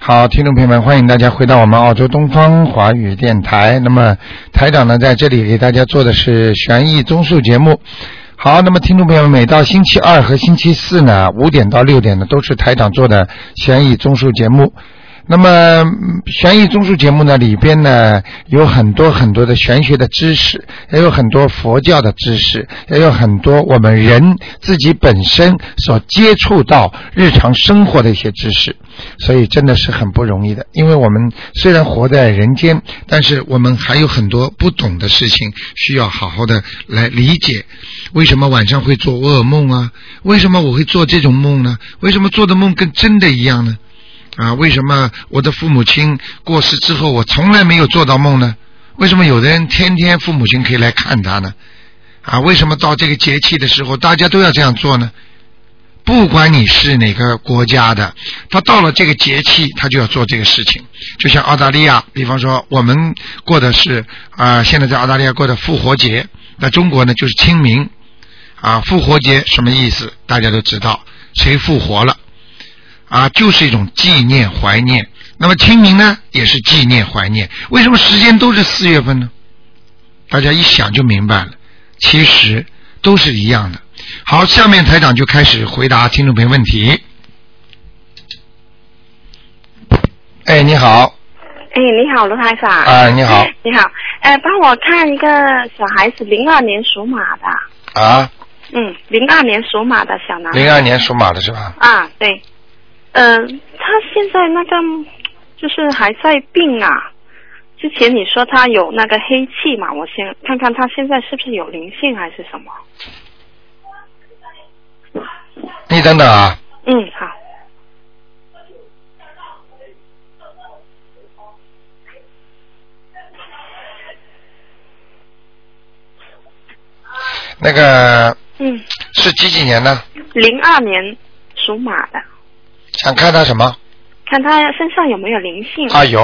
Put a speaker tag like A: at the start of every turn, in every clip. A: 好，听众朋友们，欢迎大家回到我们澳洲东方华语电台。那么台长呢，在这里给大家做的是悬疑综述节目。好，那么听众朋友们，每到星期二和星期四呢，五点到六点呢，都是台长做的悬疑综述节目。那么嗯悬疑综述节目呢，里边呢有很多很多的玄学的知识，也有很多佛教的知识，也有很多我们人自己本身所接触到日常生活的一些知识，所以真的是很不容易的。因为我们虽然活在人间，但是我们还有很多不懂的事情需要好好的来理解。为什么晚上会做噩梦啊？为什么我会做这种梦呢？为什么做的梦跟真的一样呢？啊，为什么我的父母亲过世之后，我从来没有做到梦呢？为什么有的人天天父母亲可以来看他呢？啊，为什么到这个节气的时候，大家都要这样做呢？不管你是哪个国家的，他到了这个节气，他就要做这个事情。就像澳大利亚，比方说我们过的是啊、现在在澳大利亚过的复活节，那中国呢就是清明。啊，复活节什么意思？大家都知道，谁复活了？啊，就是一种纪念怀念。那么清明呢，也是纪念怀念。为什么时间都是四月份呢？大家一想就明白了，其实都是一样的。好，下面台长就开始回答听众朋友问题。哎，你好，
B: 哎，你好，卢台长。
A: 啊、你好，
B: 你好，哎，帮我看一个小孩子，零二年属马的，
A: 啊，
B: 嗯，零二年属马的小男孩。
A: 零二年属马的是吧？
B: 啊，对，呃，他现在那个就是还在病啊。之前你说他有那个黑气嘛，我先看看他现在是不是有灵性还是什么。
A: 你等等啊，
B: 嗯，好，
A: 那个
B: 嗯，
A: 是几几年呢？
B: 零二年属马的，
A: 想看他什么？
B: 看他身上有没有灵性。
A: 啊，有，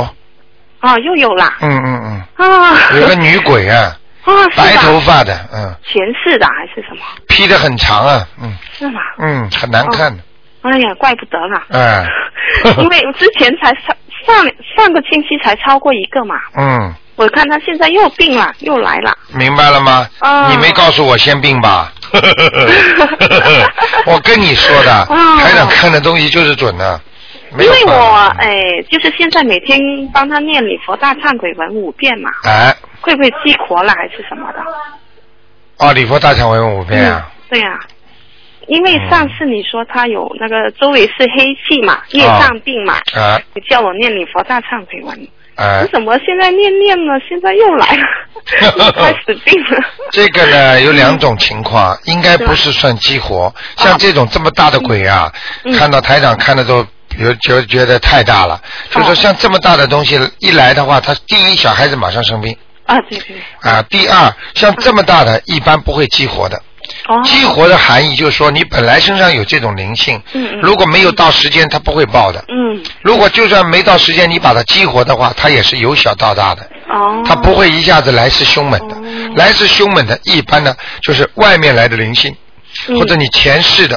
B: 哦，又有啦。
A: 嗯嗯
B: 啊，
A: 嗯，有个女鬼啊，
B: 啊，是吧
A: 白头发的，嗯，
B: 前世的还是什么？
A: 披得很长啊，嗯
B: 是吗？
A: 嗯，很难看的，
B: 哎呀，怪不得 啦。
A: 哎，
B: 因为我之前才上上上个星期才超过一个嘛，
A: 嗯，
B: 我看他现在又病了，又来了。
A: 明白了吗？
B: 啊
A: 你没告诉我先病 吧？我跟你说的，
B: 啊
A: 台长看的东西就是准的，没
B: 因
A: 有
B: 为我
A: 办法
B: 哎，就是现在每天帮他念礼佛大忏悔文五遍嘛，
A: 哎，
B: 会不会激活了还是什么的？
A: 哦，礼佛大忏悔文五遍啊，
B: 嗯对呀、因为
A: 嗯
B: 上次你说他有那个周围是黑气嘛，业障病嘛，
A: 啊
B: 你叫我念礼佛大忏悔文，
A: 啊
B: 我，怎么现在念念了，现在又来了，又开始嗯病了。
A: 这个呢有两种情况，应该不是算激活，像这种这么大的鬼啊，
B: 哦嗯
A: 看到台长看的都。有觉觉得太大了，所以说
B: 哦
A: 像这么大的东西一来的话，他第一小孩子马上生病
B: 啊，对对，
A: 啊，第二像这么大的，一般不会激活的。
B: 哦，
A: 激活的含义就是说，你本来身上有这种灵性，
B: 嗯嗯
A: 如果没有到时间，它不会报的。
B: 嗯，
A: 如果就算没到时间，你把它激活的话，它也是由小到大的，
B: 哦，
A: 它不会一下子来势凶猛的
B: 哦。
A: 来势凶猛的，一般呢就是外面来的灵性，
B: 嗯
A: 或者你前世的。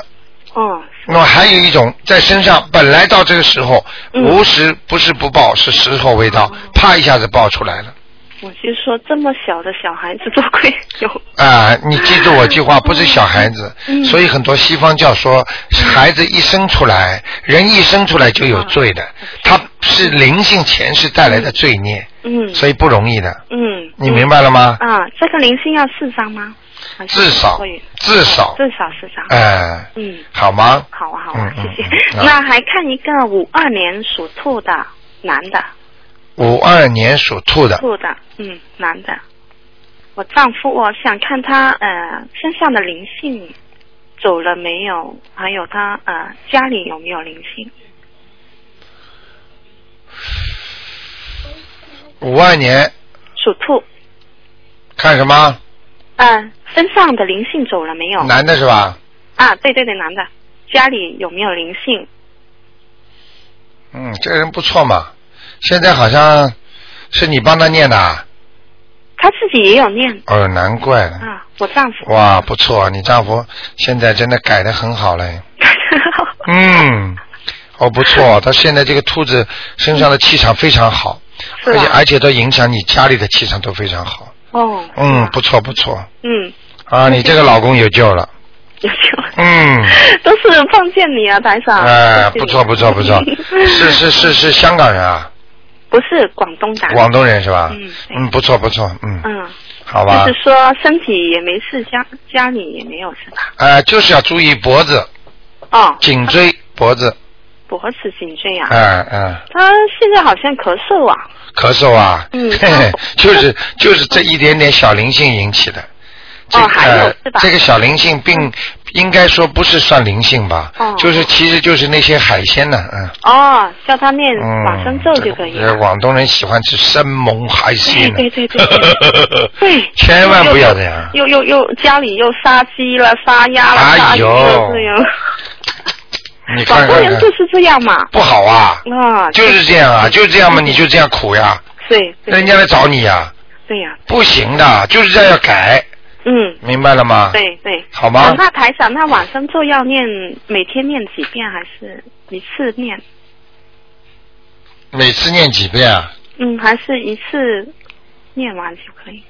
B: 哦，
A: 那么还有一种在身上，本来到这个时候
B: 嗯哦
A: 无时不是不报，是时候未到，啪一下子爆出来了。
B: 我就说这么小的小孩子都会有，
A: 啊，你记住我句话，不是小孩子，
B: 嗯
A: 所以很多西方教说，孩子一生出来，人一生出来就有罪的，他是灵性前世带来的罪孽，
B: 嗯
A: 所以不容易的，
B: 嗯，
A: 你明白了吗？
B: 啊？这个灵性要四张吗？还是
A: 至少
B: 会
A: 至少
B: 至少四张，
A: 哎、
B: 嗯，
A: 好吗？
B: 好啊好啊，
A: 嗯嗯
B: 谢谢。
A: 嗯啊
B: 那还看一个五二年属兔的男的，
A: 五二年属兔的，
B: 兔的，嗯，男的，我丈夫，我想看他呃身上的灵性走了没有，还有他呃家里有没有灵性？
A: 五二年
B: 属兔，
A: 看什么？
B: 嗯，身上的灵性走了没有？
A: 男的是吧？
B: 啊，对对对，男的，家里有没有灵性？
A: 嗯，这个人不错嘛，现在好像是你帮他念的啊，
B: 他自己也有念
A: 哦，难怪了。
B: 啊，我丈夫。
A: 哇，不 错，你丈夫现在真的改的很好嘞。嗯，哦，不错，他现在这个兔子身上的气场非常好，
B: 是啊
A: 而且
B: 吧？
A: 而且都影响你家里的气场都非常好。
B: 哦，
A: 嗯，不错不错
B: 嗯，
A: 啊，你这个老公有救了。
B: 有就
A: 嗯，
B: 都是碰见你啊，台长。
A: 哎，
B: 谢谢，
A: 不错不错不错是是是是香港人啊，
B: 不是广东打的。
A: 广东人是吧？
B: 嗯
A: 嗯，不错不错，嗯，
B: 嗯，
A: 好吧
B: 就。是说身体也没事，家家里也没有是吧？
A: 哎，就是要注意脖子、
B: 哦，
A: 颈椎、脖子，
B: 脖子颈椎啊，
A: 哎哎，
B: 他现在好像咳嗽啊。
A: 咳嗽啊，
B: 嗯
A: 就是就是这一点点小灵性引起的。这
B: 哦还有
A: 呃
B: 是吧嗯
A: 这个小灵性并应该说不是算灵性吧，
B: 哦
A: 就是其实就是那些海鲜呢，嗯。
B: 哦，叫他念
A: 嗯，
B: 往生咒就可以
A: 呃
B: 了。
A: 广东人喜欢吃生猛海鲜，
B: 对对对 对对，
A: 千万不要这样。
B: 又又又家里又杀鸡了，杀鸭了，
A: 哎
B: 杀鱼了
A: 呦
B: 这样。
A: 你看
B: 广东
A: 看
B: 人
A: 看
B: 就，是这样嘛，
A: 不好啊，
B: 啊，
A: 就是这样啊，就是这样嘛，你就这样苦呀，
B: 对，对
A: 人家来找你呀，
B: 对呀，
A: 不行的，就是这样要改，
B: 嗯，
A: 明白了吗？
B: 对对。
A: 好
B: 啊
A: 吗？
B: 那台长，那往生咒要念每天念几遍，还是一次念？
A: 每次念几遍啊？
B: 嗯，还是一次念完就可以？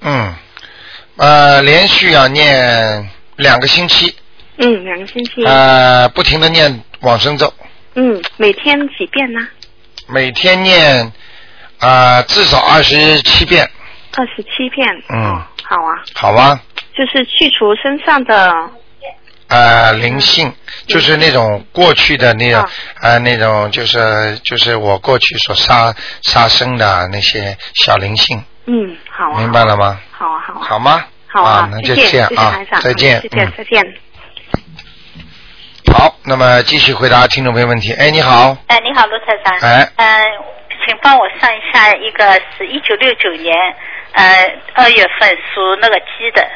A: 嗯，呃，连续要念两个星期，
B: 嗯，两个星期。
A: 呃，不停的念往生咒，
B: 嗯，每天几遍呢？
A: 每天念啊、呃至少二十七遍，
B: 二十七遍。
A: 嗯，
B: 好啊，
A: 好吧？
B: 就是去除身上的。
A: 呃，灵性就是那种过去的那种
B: 啊，
A: 呃，那种就是就是我过去所杀杀生的那些小灵性，
B: 嗯，好啊
A: 明。白了吗？
B: 好啊，好啊，
A: 好吗？
B: 好
A: 啊
B: 啊，，
A: 那
B: 谢
A: 就
B: 谢，
A: 这样
B: 谢谢
A: 啊
B: 台长，，
A: 再见，
B: 谢谢，
A: 嗯
B: 再见。
A: 好，那么继续回答听众朋友问题。哎，你好，
C: 哎，你好，罗台长。
A: 哎
C: 嗯、请帮我算一下，一个是一九六九年，呃，二月份属那个鸡的，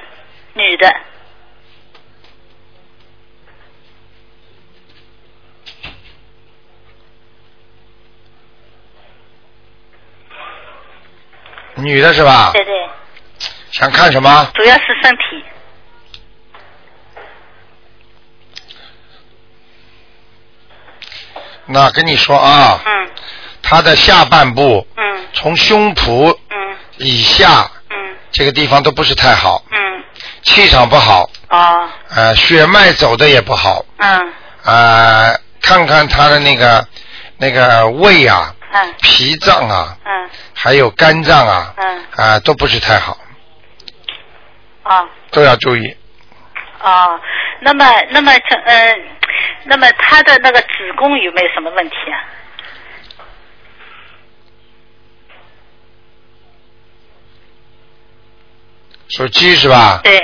C: 女的，
A: 女的是吧？
C: 对对，
A: 想看什么？
C: 主要是身体。
A: 那跟你说啊，
C: 嗯
A: 她的下半部
C: 嗯
A: 从胸脯
C: 嗯
A: 以下
C: 嗯
A: 这个地方都不是太好，
C: 嗯，
A: 气场不好，
C: 哦，
A: 呃，血脉走的也不好，
C: 嗯
A: 呃，看看她的那个那个胃啊、
C: 嗯
A: 脾脏啊，
C: 嗯
A: 还有肝脏啊，
C: 嗯，
A: 啊、都不是太好，
C: 哦
A: 都要注意。
C: 哦，那么那么这嗯、那么她的那个子宫有没有什么问题啊？
A: 属鸡是吧？
C: 对，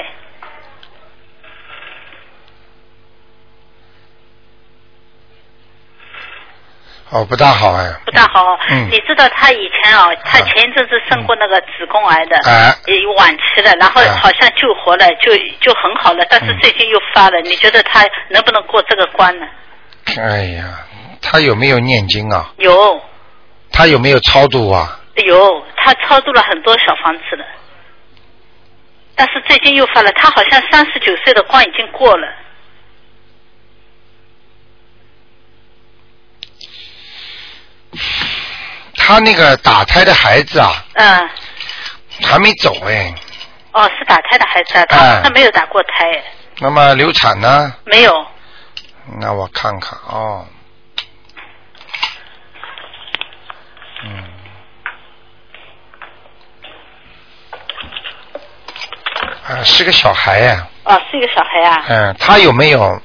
A: 哦，不大好哎。
C: 不大好。
A: 嗯
C: 你知道她以前啊，她
A: 啊
C: 前一阵子生过那个子宫癌的。
A: 哎，
C: 也晚期了，然后
A: 啊
C: 好像救活了，就就很好了，但是
A: 嗯
C: 最近又发了，你觉得他能不能过这个关呢？
A: 哎呀，他有没有念经啊？
C: 有
A: 他有没有超度啊？
C: 有，他超度了很多小房子了，但是最近又发了，他好像三十九岁的关已经过了，
A: 他那个打胎的孩子啊，
C: 嗯，
A: 还没走哎。
C: 哦，是打胎的孩子啊，他
A: 哎
C: 他没有打过胎，
A: 那么流产呢？
C: 没有，
A: 那我看看哦。嗯。啊，是个小孩呀、
C: 哦，是一个小孩啊，
A: 嗯，他有没有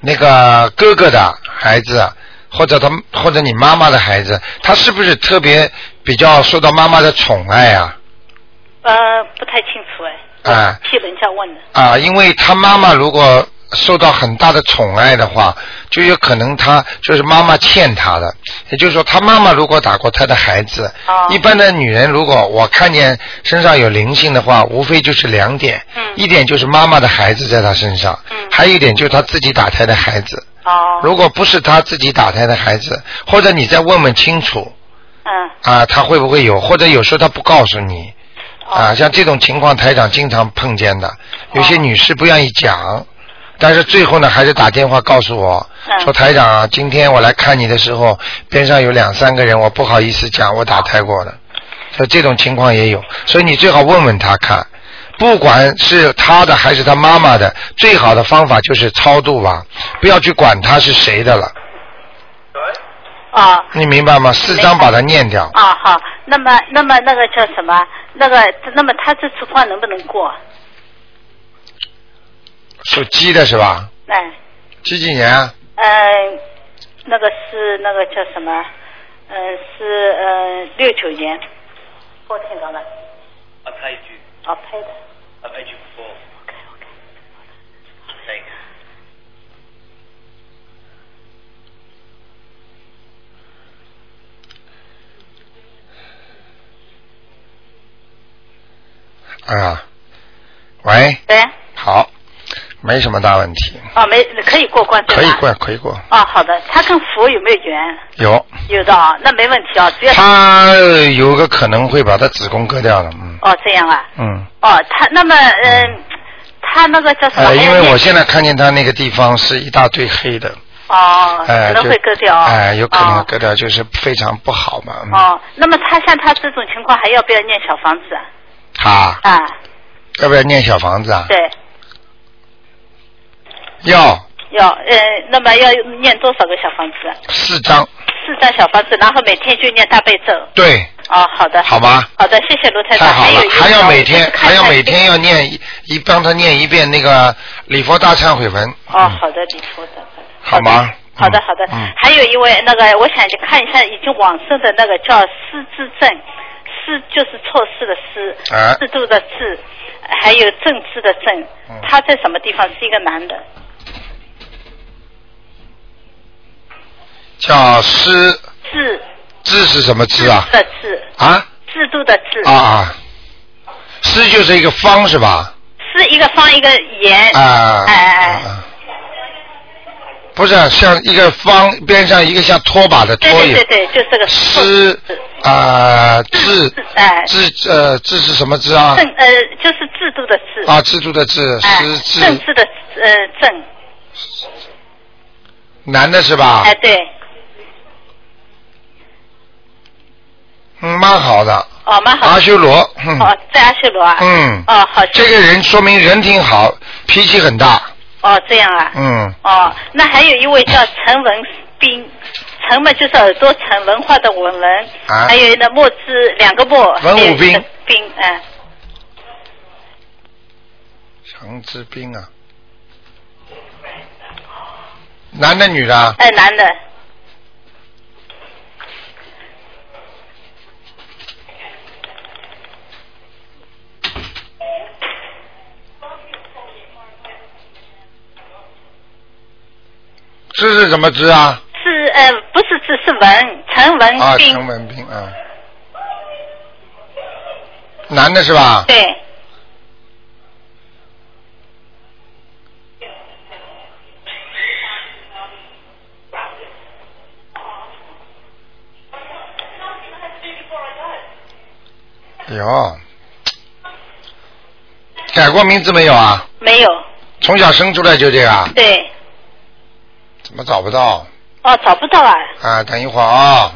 A: 那个哥哥的孩子，啊或者他或者你妈妈的孩子，他是不是特别比较受到妈妈的宠爱啊？
C: 呃，不太清楚哎，
A: 哎
C: 替人家问的，
A: 啊，因为他妈妈如果受到很大的宠爱的话，就有可能他就是妈妈欠他的，也就是说，他妈妈如果打过他的孩子，
C: 哦
A: 一般的女人如果我看见身上有灵性的话，无非就是两点，
C: 嗯
A: 一点就是妈妈的孩子在她身上，
C: 嗯
A: 还有一点就是她自己打胎的孩子。
C: 哦，
A: 如果不是他自己打胎的孩子，或者你再问问清楚
C: 嗯，
A: 啊，他会不会有？或者有时候他不告诉你，啊，像这种情况台长经常碰见的，有些女士不愿意讲，但是最后呢，还是打电话告诉我，
C: 嗯
A: 说台长啊，今天我来看你的时候，边上有两三个人，我不好意思讲，我打胎过的，所以这种情况也有，所以你最好问问他看，不管是他的还是他妈妈的，最好的方法就是超度吧，不要去管他是谁的了，
C: 哦
A: 你明白吗？四张把它念掉，
C: 哦好，那么那么那个叫什么？那个那么他这次况能不能过？
A: 属鸡的是吧？
C: 哎，
A: 几几年啊？
C: 嗯，那个是那个叫什么？嗯，是呃六九年。我听到了，
D: applied you
C: 哦拍的。
D: applied you before.
C: OK OK。
D: Like
A: 啊，喂，
C: 对，
A: 好，没什么大问题，
C: 哦没可以过关对吧？
A: 可以。过，可以过，
C: 哦，好的，他跟佛有没有缘？
A: 有。
C: 有的啊、那没问题啊、只要
A: 他有个可能会把他子宫割掉的，嗯
C: 哦这样啊，
A: 嗯，
C: 哦他那么嗯，他那个叫什么？哎
A: 呃，因
C: 哦还
A: 为
C: 有
A: 我
C: 念
A: 现在看见他那个地方是一大堆黑的，
C: 哦、
A: 哎、
C: 可
A: 就
C: 能会割掉啊、
A: 哎、有可能
C: 哦
A: 割掉，就是非常不好嘛，嗯，
C: 哦，那么他像他这种情况还要不要念小房子啊？
A: 他
C: 啊，
A: 要不要念小房子啊？
C: 对，
A: 要
C: 要呃，那么要念多少个小房子啊？
A: 四张，
C: 四张小房子，然后每天就念大悲咒。
A: 对，
C: 哦，好的，
A: 好吧。
C: 好的，谢谢卢台
A: 太
C: 长。
A: 好了
C: 有，一个
A: 还要每
C: 我
A: 天
C: 就看
A: 还要
C: 看
A: 每
C: 这
A: 天
C: 个。
A: 要念一一帮他念一遍那个礼佛大忏悔文，
C: 哦，好的，李副长。
A: 好吗？
C: 好的，
A: 嗯
C: 好的。
A: 嗯，
C: 还有一位，那个我想去看一下已经往生的那个叫失智症，失就是错失的失
A: 哎，
C: 制度的制，还有政治的政
A: 嗯。
C: 他在什么地方？是一个男的。
A: 叫师
C: 制
A: 智是什么智啊
C: 制？的制，
A: 啊
C: 制度的制
A: 啊，啊，师就是一个方是吧？
C: 是一个方一个言。
A: 啊，
C: 哎哎哎，
A: 啊不是像一个方边上一个像拖把的
C: 对
A: 拖
C: 对
A: 一
C: 对
A: 样，
C: 对，就这个错
A: 师啊制
C: 哎
A: 制呃制是什么制啊？
C: 政呃就是制度的制。
A: 啊，制度的制，
C: 哎
A: 师
C: 政
A: 制，
C: 治的呃政，
A: 男的是吧
C: 哎？对，
A: 嗯，蛮好的，
C: 哦蛮好
A: 阿
C: 的，
A: 修罗，嗯
C: 哦在阿修罗啊，
A: 嗯
C: 哦好，
A: 这个人说明人挺好，脾气很大，
C: 哦这样啊，
A: 嗯，
C: 哦那还有一位叫陈文斌，陈嘛就是耳朵陈，文化的文人，
A: 啊
C: 还有呢墨汁两个墨，
A: 文武
C: 还有一个
A: 斌
C: 斌，哎
A: 强之兵啊，男的女的啊？
C: 哎男的，
A: 知是什么知啊？
C: 是呃不是只是文陈
A: 啊，
C: 文斌，
A: 陈文斌啊，男的是吧？
C: 对，
A: 有，改过名字没有啊？
C: 没有，
A: 从小生出来就这个啊？
C: 对，
A: 怎么找不到
C: 哦找不到啊，
A: 啊？等一会儿啊。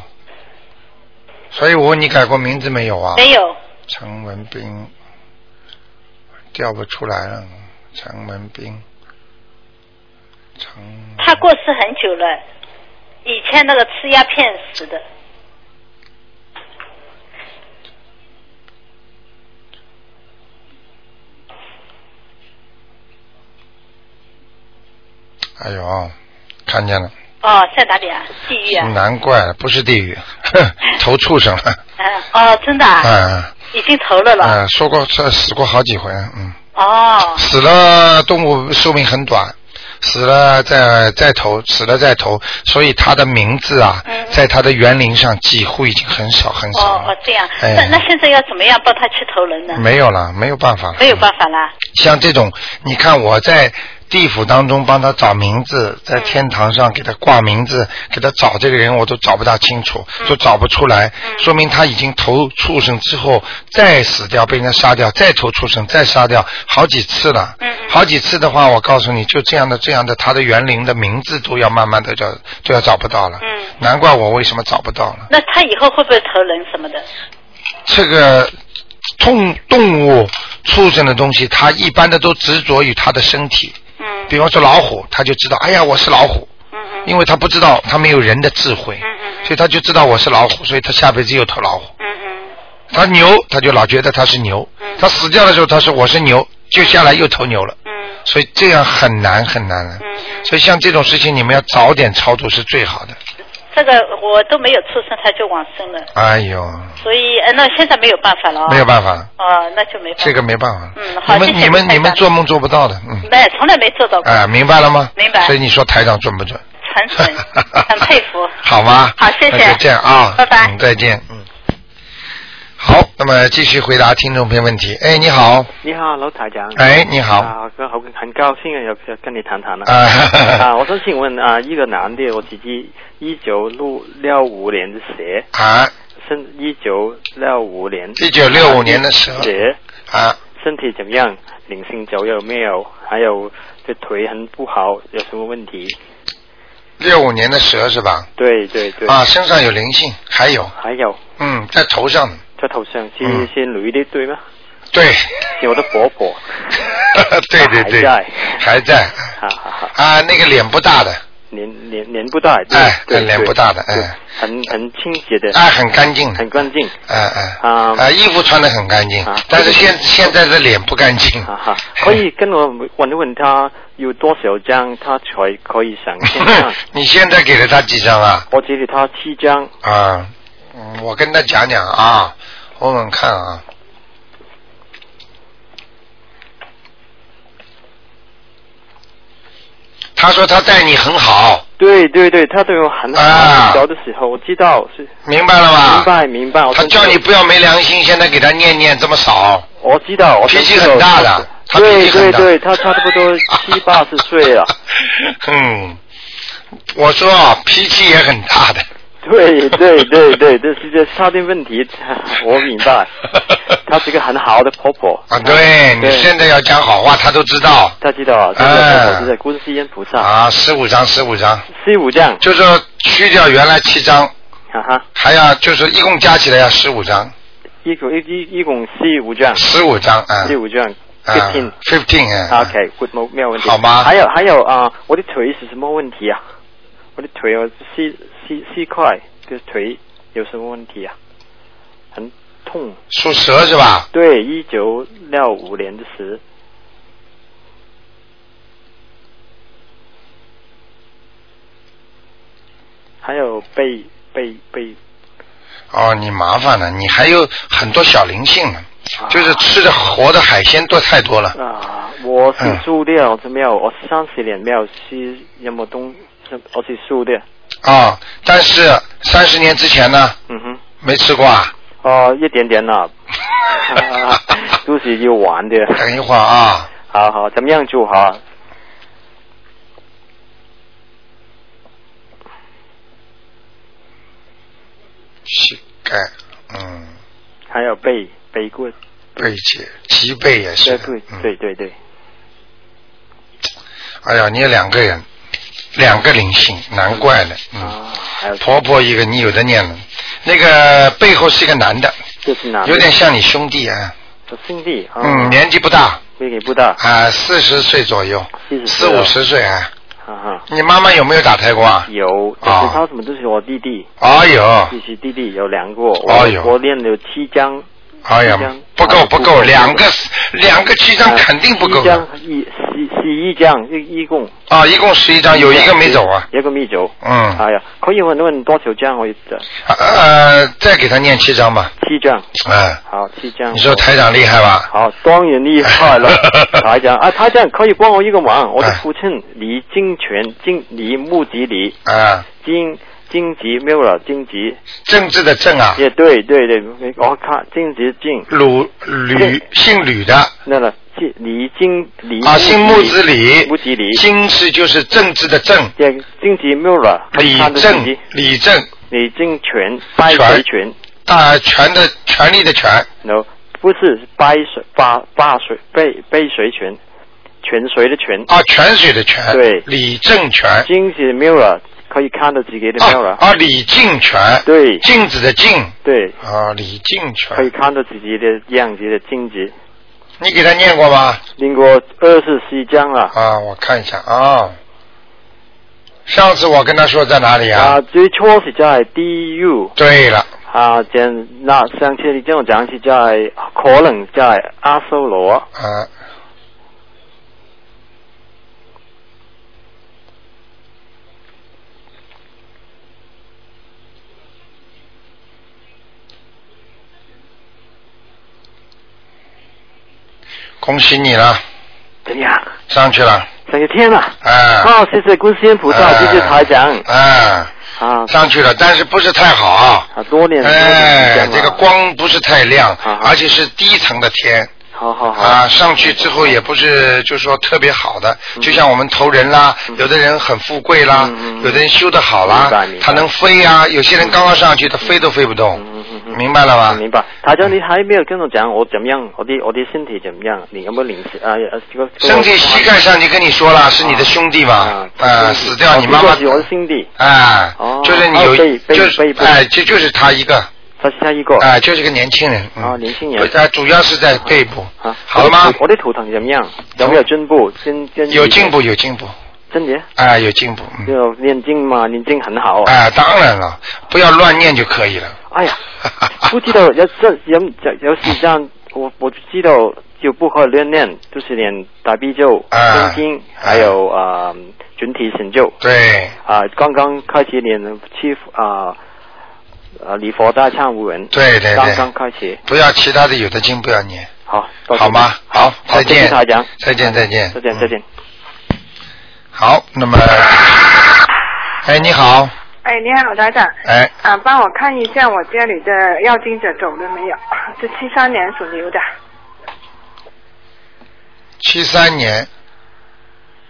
A: 所以我问你改过名字没有啊？
C: 没有，
A: 陈文斌，调不出来了。陈文斌，陈文
C: 他过世很久了，以前那个吃鸦片死的。
A: 哎呦，看见了，
C: 哦，在哪里啊？地狱啊？
A: 难怪了不是地狱， 哼投畜生了。
C: 嗯、哦，真的啊，
A: 嗯
C: 已经投了了。
A: 嗯，说过这死过好几回，嗯，
C: 哦，
A: 死了动物寿命很短，死了再再投，死了再投，所以它的名字啊
C: 嗯，
A: 在它的园林上几乎已经很少很少
C: 哦
A: 了
C: 哦，这样。
A: 哎嗯
C: 那那现在要怎么样帮他去投人呢？
A: 没有了，没有办法了，
C: 没有办法啦。
A: 像这种，你看我在地府当中帮他找名字，在天堂上给他挂名字，给他找这个人，我都找不大清楚，都找不出来，说明他已经投畜生之后再死掉，被人家杀掉，再投畜生，再杀掉好几次了。好几次的话，我告诉你就这样的这样的，他的园林的名字都要慢慢的找，都要找不到了。
C: 嗯
A: 难怪我为什么找不到了。
C: 那他以后会不会投人什么的？
A: 这个动动物畜生的东西，它一般的都执着于它的身体。
C: 嗯
A: 比方说老虎，它就知道，哎呀，我是老虎，
C: 嗯嗯
A: 因为它不知道，它没有人的智慧，
C: 嗯嗯
A: 所以它就知道我是老虎，所以它下辈子又投老虎。
C: 嗯嗯
A: 它牛，它就老觉得它是牛
C: 嗯，
A: 它死掉的时候，它说我是牛，就下来又投牛了，
C: 嗯
A: 所以这样很难很难了。
C: 嗯嗯，
A: 所以像这种事情，你们要早点超度是最好的。
C: 这个我都没有出生，他就往生了，
A: 哎呦，
C: 所以呃，那现在没有办法了啊、
A: 没有办法，
C: 哦，那就没办法。
A: 这个没办法。
C: 嗯好
A: 你
C: 谢
A: 们你们
C: 谢卢台
A: 你们
C: 长
A: 做梦做不到的，嗯。
C: 没从来没做到过，
A: 哎，明白了吗？
C: 明白
A: 所以你说台长准不准？。
C: 很很很佩服
A: 好吗？
C: 好谢谢
A: 那就这样啊，
C: 拜拜
A: 嗯，再见，嗯。好，那么继续回答听众朋友问题。哎，你好，
E: 你好，卢台长。
A: 哎，你好，啊，
E: 啊，哥，好，很高兴有有跟你谈谈了。
A: 哈哈哈
E: 啊，我想请问啊，一个男的，我自己一九六六五年的蛇，
A: 啊，
E: 身一九六五年
A: 1965年的蛇
E: 蛇，
A: 啊，
E: 身体怎么样？灵性走有没有？还有这腿很不好，有什么问题？
A: 六五年的蛇是吧？
E: 对对对。
A: 啊，身上有灵性，还有，
E: 还有
A: 嗯，在头上，
E: 在头上是
A: 嗯
E: 是女的对吗？
A: 对，
E: 是我的婆 婆。
A: 对对对，
E: 还在
A: 还在，
E: 哈哈哈。
A: 啊，那个脸不大的，
E: 年年年不大，对
A: 哎
E: 对
A: 哎脸
E: 对
A: 不大的
E: 对
A: 哎
E: 很很清洁的，
A: 哎，很干净的，
E: 很干净，
A: 哎哎，
E: 啊
A: 啊，衣服穿的很干净
E: 啊，
A: 但是现现在的脸不干净？
E: 哈哈。可以跟我问一问他有多少张，他才可以上线上
A: 你现在给了他几张啊？
E: 我只给他七张，
A: 啊，嗯，我跟他讲讲啊，我问问看啊。他说他待你很好，
E: 对对对，他对我很
A: 啊
E: 好。小的时候我知道是，
A: 明白了吧？
E: 明白明白。我
A: 他
E: 真
A: 叫
E: 知
A: 你
E: 道
A: 不要没良心，现在给他念念这么少，
E: 我知道，我
A: 脾气
E: 真知道
A: 很大的他脾
E: 对
A: 气很
E: 对
A: 大
E: 对，他差不多七八十岁了，
A: 嗯， 我说啊脾气也很大的。
E: 对对对对，这是这他的问题，我明 白。她是一个很好的婆婆
A: 啊，对你
E: 嗯对
A: 现在要讲好话，他都知道
E: 他知道，这
A: 哎
E: 个这个观世音菩萨，
A: 啊。十五张，十五张，
E: 十五张，
A: 就是说去掉原来七张，
E: 哈哈，
A: 还要就是一共加起来要十五张，
E: 一共一一一共十五张，
A: 十五张啊
E: 十五张
A: 啊
E: ，fifteen。
A: ，fifteen 啊
E: OK，good，没没有问题。
A: 好吗
E: 还有还有啊、我的腿是什么问题啊？我的腿哦，膝膝膝块，就是腿有什么问题啊？很痛。
A: 属蛇是吧？
E: 对，一九六五年的时，还有背背背，
A: 哦，你麻烦了，你还有很多小灵性呢，
E: 啊
A: 就是吃的活的海鲜多太多了。
E: 啊，我是
A: 嗯
E: 输掉，怎么样？我三十年没有吃任何东，我是输的。
A: 啊，但是三十年之前呢，
E: 嗯哼，
A: 没吃过啊。
E: 哦，一点点啦、啊，都是要玩的。
A: 等一会儿啊，
E: 好好，怎么样就好。
A: 膝盖，嗯，
E: 还有背背棍，
A: 背脊、脊背也是
E: 对
A: 的。
E: 对
A: 嗯
E: 对对对，
A: 哎呀，你有两个人，两个灵性，难怪了。嗯，
E: 啊，还有
A: 婆婆一个，你有的念了。那个背后是一个男的，
E: 这是哪？
A: 有点像你兄弟啊。
E: 我兄弟啊，
A: 嗯，年纪不大
E: 年纪不大，嗯
A: 啊，四十岁左右，
E: 40
A: 四
E: 岁
A: 五
E: 了
A: 十岁啊。
E: 哈哈，
A: 你妈妈有没有打胎过啊？
E: 有，但是他怎么都是我弟弟，
A: 哎呦，
E: 必须弟弟有两个，我
A: 哎呦
E: 我练了七张，
A: 哎呀
E: 七张，
A: 不够
E: 啊
A: 不
E: 不
A: 够，
E: 够
A: 两个两个七张
E: 啊
A: 肯定不够
E: 一
A: 的
E: 张一十十一张，一一共
A: 啊，一共十一张，有一个没走啊。
E: 一个没走，
A: 嗯，
E: 哎呀，可以问问多少张？我一直
A: 呃，再给他念七张吧。
E: 七张，
A: 嗯，
E: 好，七张。
A: 你说台长厉害吧？
E: 好，当然厉害 了，台长啊，台长可以帮
A: 哎
E: 我一个忙，我的父亲李金泉，金李木吉李
A: 啊
E: 金荆棘没有了，荆棘
A: 政治的政啊，
E: 也对对对，没我看荆棘荆，
A: 鲁吕
E: 对
A: 姓吕的
E: 那了荆李荆李
A: 啊，姓木子李，
E: 木子李，
A: 姓是就是政治的政，
E: 也荆棘没有了，
A: 李
E: 他的荆
A: 政
E: 棘
A: 李政，
E: 李荆权掰
A: 权
E: 水权，
A: 大权的权力的权，
E: 然后不是掰水八八水背背水权，泉水的泉，
A: 啊，泉水的泉，
E: 对
A: 李政权，
E: 荆棘没有了，可以看到自己的没有了
A: 啊，啊，李靖权，
E: 对
A: 镜子的镜
E: 对，
A: 啊，李靖
E: 可以
A: 权，
E: 看到自己的样子的荆棘，
A: 你给他念过吗？
E: 经过二十四章了。
A: 啊，我看一下啊。上次我跟他说在哪里啊？
E: 啊，最初是在 DU
A: 对了，
E: 啊，见那上次你跟我讲是在可能在阿修罗，
A: 啊，恭喜你了，
E: 怎样？
A: 上去了，
E: 上个天啊！
A: 啊。
E: 哦，谢谢观世音菩萨，谢谢台长
A: 啊，
E: 啊
A: 上去了，但是不是太好。
E: 啊，多年多年
A: 哎，
E: 时间了
A: 这个，光不是太亮
E: 啊，
A: 而且是低层的天
E: 好好好
A: 啊，上去之后也不是就说特别好的，就像我们投人啦，有的人很富贵啦
E: 嗯嗯，嗯
A: 有的人修得好
E: 明
A: 啦
E: 白明，白
A: 他能飞啊，有些人刚刚上去他飞都飞不动
E: 嗯嗯，嗯
A: 明白了
E: 啊
A: 吗？
E: 明白。台长，你还没有跟我讲我怎么样，我的我的身体怎么样？你有没有领啊？啊这个这个
A: 身体膝盖上，你跟你说了，是你的兄弟嘛
E: 啊？
A: 啊，死掉你妈
E: 啊
A: 妈
E: 这个是我的兄弟，
A: 啊
E: 哦，
A: 就是你
E: 哦
A: 有，
E: 背背
A: 就是
E: 背背
A: 哎，就就是他一个。
E: 他是下一个
A: 啊、就是个年轻人。嗯、
E: 哦年轻人
A: 对啊，主要是在背部。
E: 啊。
A: 好了吗？
E: 我的图腾怎么样？有没有进步？真真
A: 有进，步，有进步。啊、
E: 真的。
A: 有进步。嗯。
E: 就念经嘛，念经很好。
A: 啊、当然了，不要乱念就可以了。
E: 哎 呀，不知道有这有有有时间，我我知道就不可练练，就是练大悲咒、
A: 啊
E: 心经，
A: 啊
E: 还有啊准提神咒
A: 对，
E: 啊。刚刚开始练七啊啊礼佛大忏悔文，
A: 对对
E: 刚刚
A: 对。
E: 开始。
A: 不要其他的有的经不要念，
E: 好，多谢
A: 好吗？好，再
E: 谢
A: 见
E: 谢大家，
A: 再见，再见，嗯
E: 再见，再见。
A: 好，那么，哎，你好，
F: 哎，你好，台长。
A: 哎，
F: 啊，帮我看一下我家里的要经者走了没有？ 是七三年属牛的。
A: 七三年，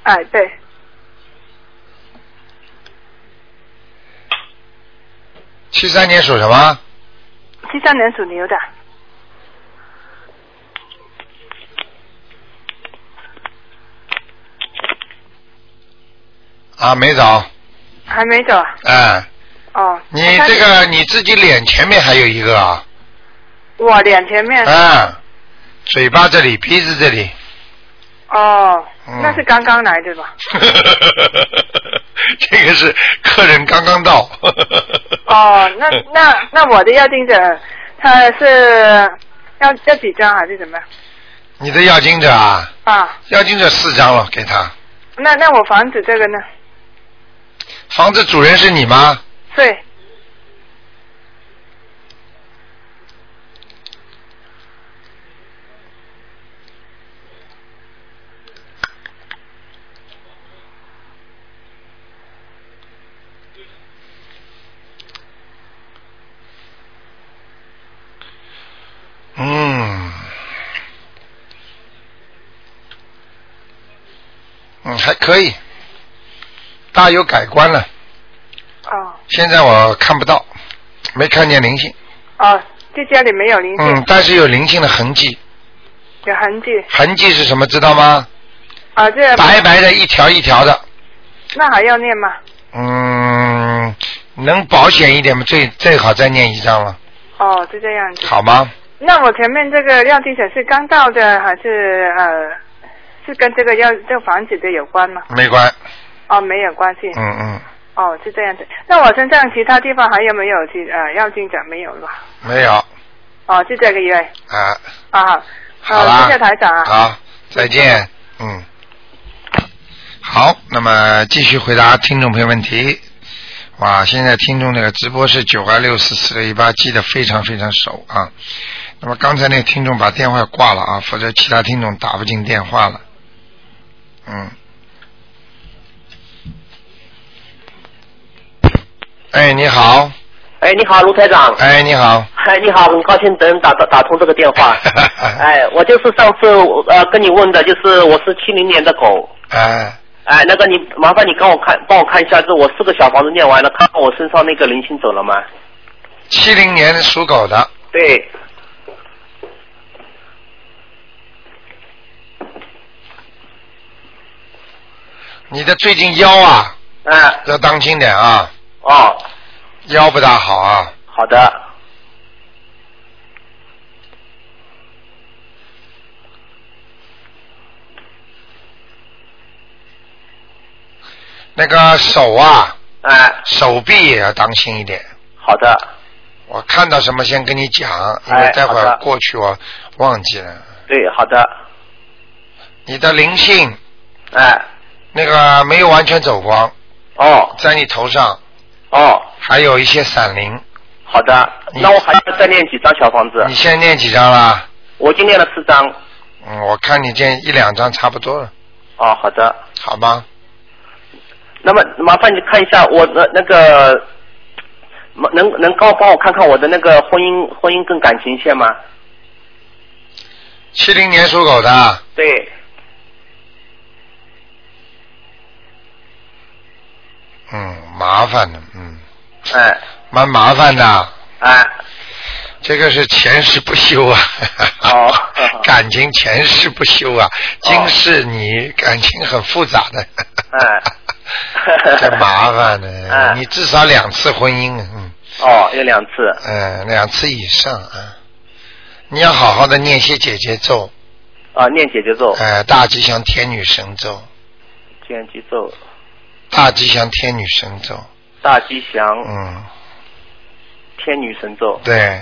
F: 哎，对，
A: 七三年属什么？
F: 七三年属牛的。
A: 啊，没找，
F: 还没走啊？
A: 哎，
F: 哦。
A: 你
F: 我看
A: 这个你自己脸前面还有一个啊，
F: 我脸前面。
A: 啊，嘴巴这里，鼻子这里，
F: 哦，
A: 嗯
F: 那是刚刚来对吧？
A: 这个是客人刚刚到。
F: 哦，那那那我的要经者，他是要要几张还是怎么样？
A: 你的要经者啊，
F: 啊，
A: 要经者四张了，给他。
F: 那那我房子这个呢？
A: 房子主人是你吗？
F: 对，
A: 嗯，嗯，还可以，大有改观了。
F: 哦
A: 现在我看不到，没看见灵性。
F: 哦，这家里没有灵性，
A: 嗯，但是有灵性的痕迹，
F: 有痕迹
A: 痕迹是什么？知道吗？
F: 啊，这个
A: 白白的一条一条的。
F: 那还要念吗？
A: 嗯，能保险一点吗？最最好再念一张了，
F: 哦，是这样子。
A: 好吗？
F: 那我前面这个廖金者是刚到的，还是呃，是跟这个要这个房子的有关吗？
A: 没关，
F: 哦，没有关系。
A: 嗯嗯，
F: 哦，是这样子。那我身上其他地方还有没有其呃要金者没有了吧？
A: 没有
F: 哦，是这个月
A: 啊，
F: 啊。
A: 好啦，
F: 谢谢台长啊。
A: 好，再见，嗯。好，那么继续回答听众朋友问题。哇，现在听众那个直播是九二六四四六一八，记得非常非常熟啊。那么刚才那个听众把电话挂了啊，否则其他听众打不进电话了。嗯。哎，你好，
G: 哎，你好，卢台长。
A: 哎，你好，。
G: 哎，你好，很高兴能打打打通这个电话 哎，我就是上次我呃跟你问的，就是我是七零年的狗。
A: 哎，
G: 哎，那个你麻烦你帮我看，帮我看一下，这我四个小房子念完了，看看我身上那个灵性走了吗？
A: 七零年属狗的，
G: 对，
A: 你的最近腰啊
G: 啊，
A: 要当心点啊，
G: 哦，
A: 腰不大好啊，
G: 好的，
A: 那个手啊，
G: 哎，
A: 手臂也要当心一点。
G: 好的，
A: 我看到什么先跟你讲，因为
G: 哎
A: 待会
G: 好
A: 儿
G: 的
A: 过去我忘记了。
G: 对，好的，
A: 你的灵性
G: 哎，
A: 那个没有完全走光，
G: 哦，
A: 在你头上
G: 哦，
A: 还有一些闪灵。
G: 好的，
A: 你
G: 那我还要再念几张小房子？
A: 你现在念几张啦？
G: 我已经念了四张。
A: 嗯，我看你这一两张差不多了，
G: 哦，好的。
A: 好吗？
G: 那么麻烦你看一下我的那个，能能帮帮我看看我的那个婚姻婚姻跟感情线吗？
A: 七零年属狗的，
G: 对，
A: 嗯，麻烦的，嗯，
G: 哎
A: 蛮麻烦的。
G: 哎
A: 这个是前世不修啊，
G: 哦
A: 感情前世不修啊，今世你感情很复杂的，
G: 哎
A: 这麻烦的，
G: 哎
A: 你至少两次婚姻，嗯
G: 哦，有两次
A: 嗯，两次以上啊，你要好好的念些姐姐咒，
G: 啊，念姐姐咒，
A: 呃，大吉祥天女神咒，
G: 念姐咒，
A: 大吉祥天女神咒，
G: 大吉祥
A: 嗯，
G: 天女神咒。
A: 对，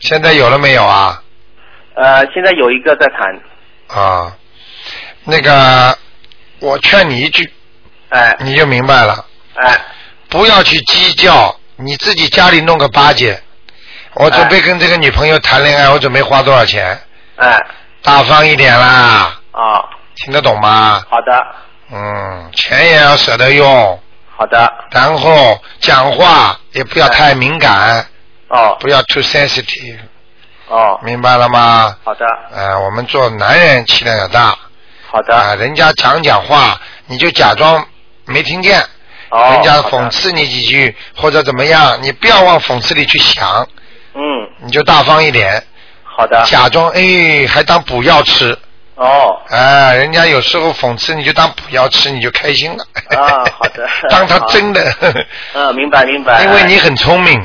A: 现在有了没有啊？
G: 呃，现在有一个在 谈，
A: 啊，那个，我劝你一句，
G: 哎
A: 你就明白了。
G: 哎
A: 不要去计较，你自己家里弄个巴结。我准备
G: 哎
A: 跟这个女朋友谈恋爱，我准备花多少钱？
G: 哎
A: 大方一点啦，
G: 啊，
A: 听得懂吗？
G: 好的
A: 嗯，钱也要舍得用，
G: 好的哎
A: 然后讲话也不要太敏感，
G: 哦
A: 不要 too sensitive，
G: 哦，
A: 明白了吗？
G: 好的
A: 呃，我们做男人气量要大啊、
G: 好的
A: 人家讲讲话你就假装没听见，
G: 哦，
A: 人家
G: 好的
A: 讽，刺你几句或者怎么样，你不要往讽刺里去想，
G: 嗯，
A: 你就大方一点，
G: 好的
A: 假装哎还当补药吃，
G: 哦。
A: 哎、人家有时候讽刺你就当补药吃，你就开心了。
G: 啊好的
A: 当他真的，
G: 嗯，明白明白。
A: 因为你很聪明，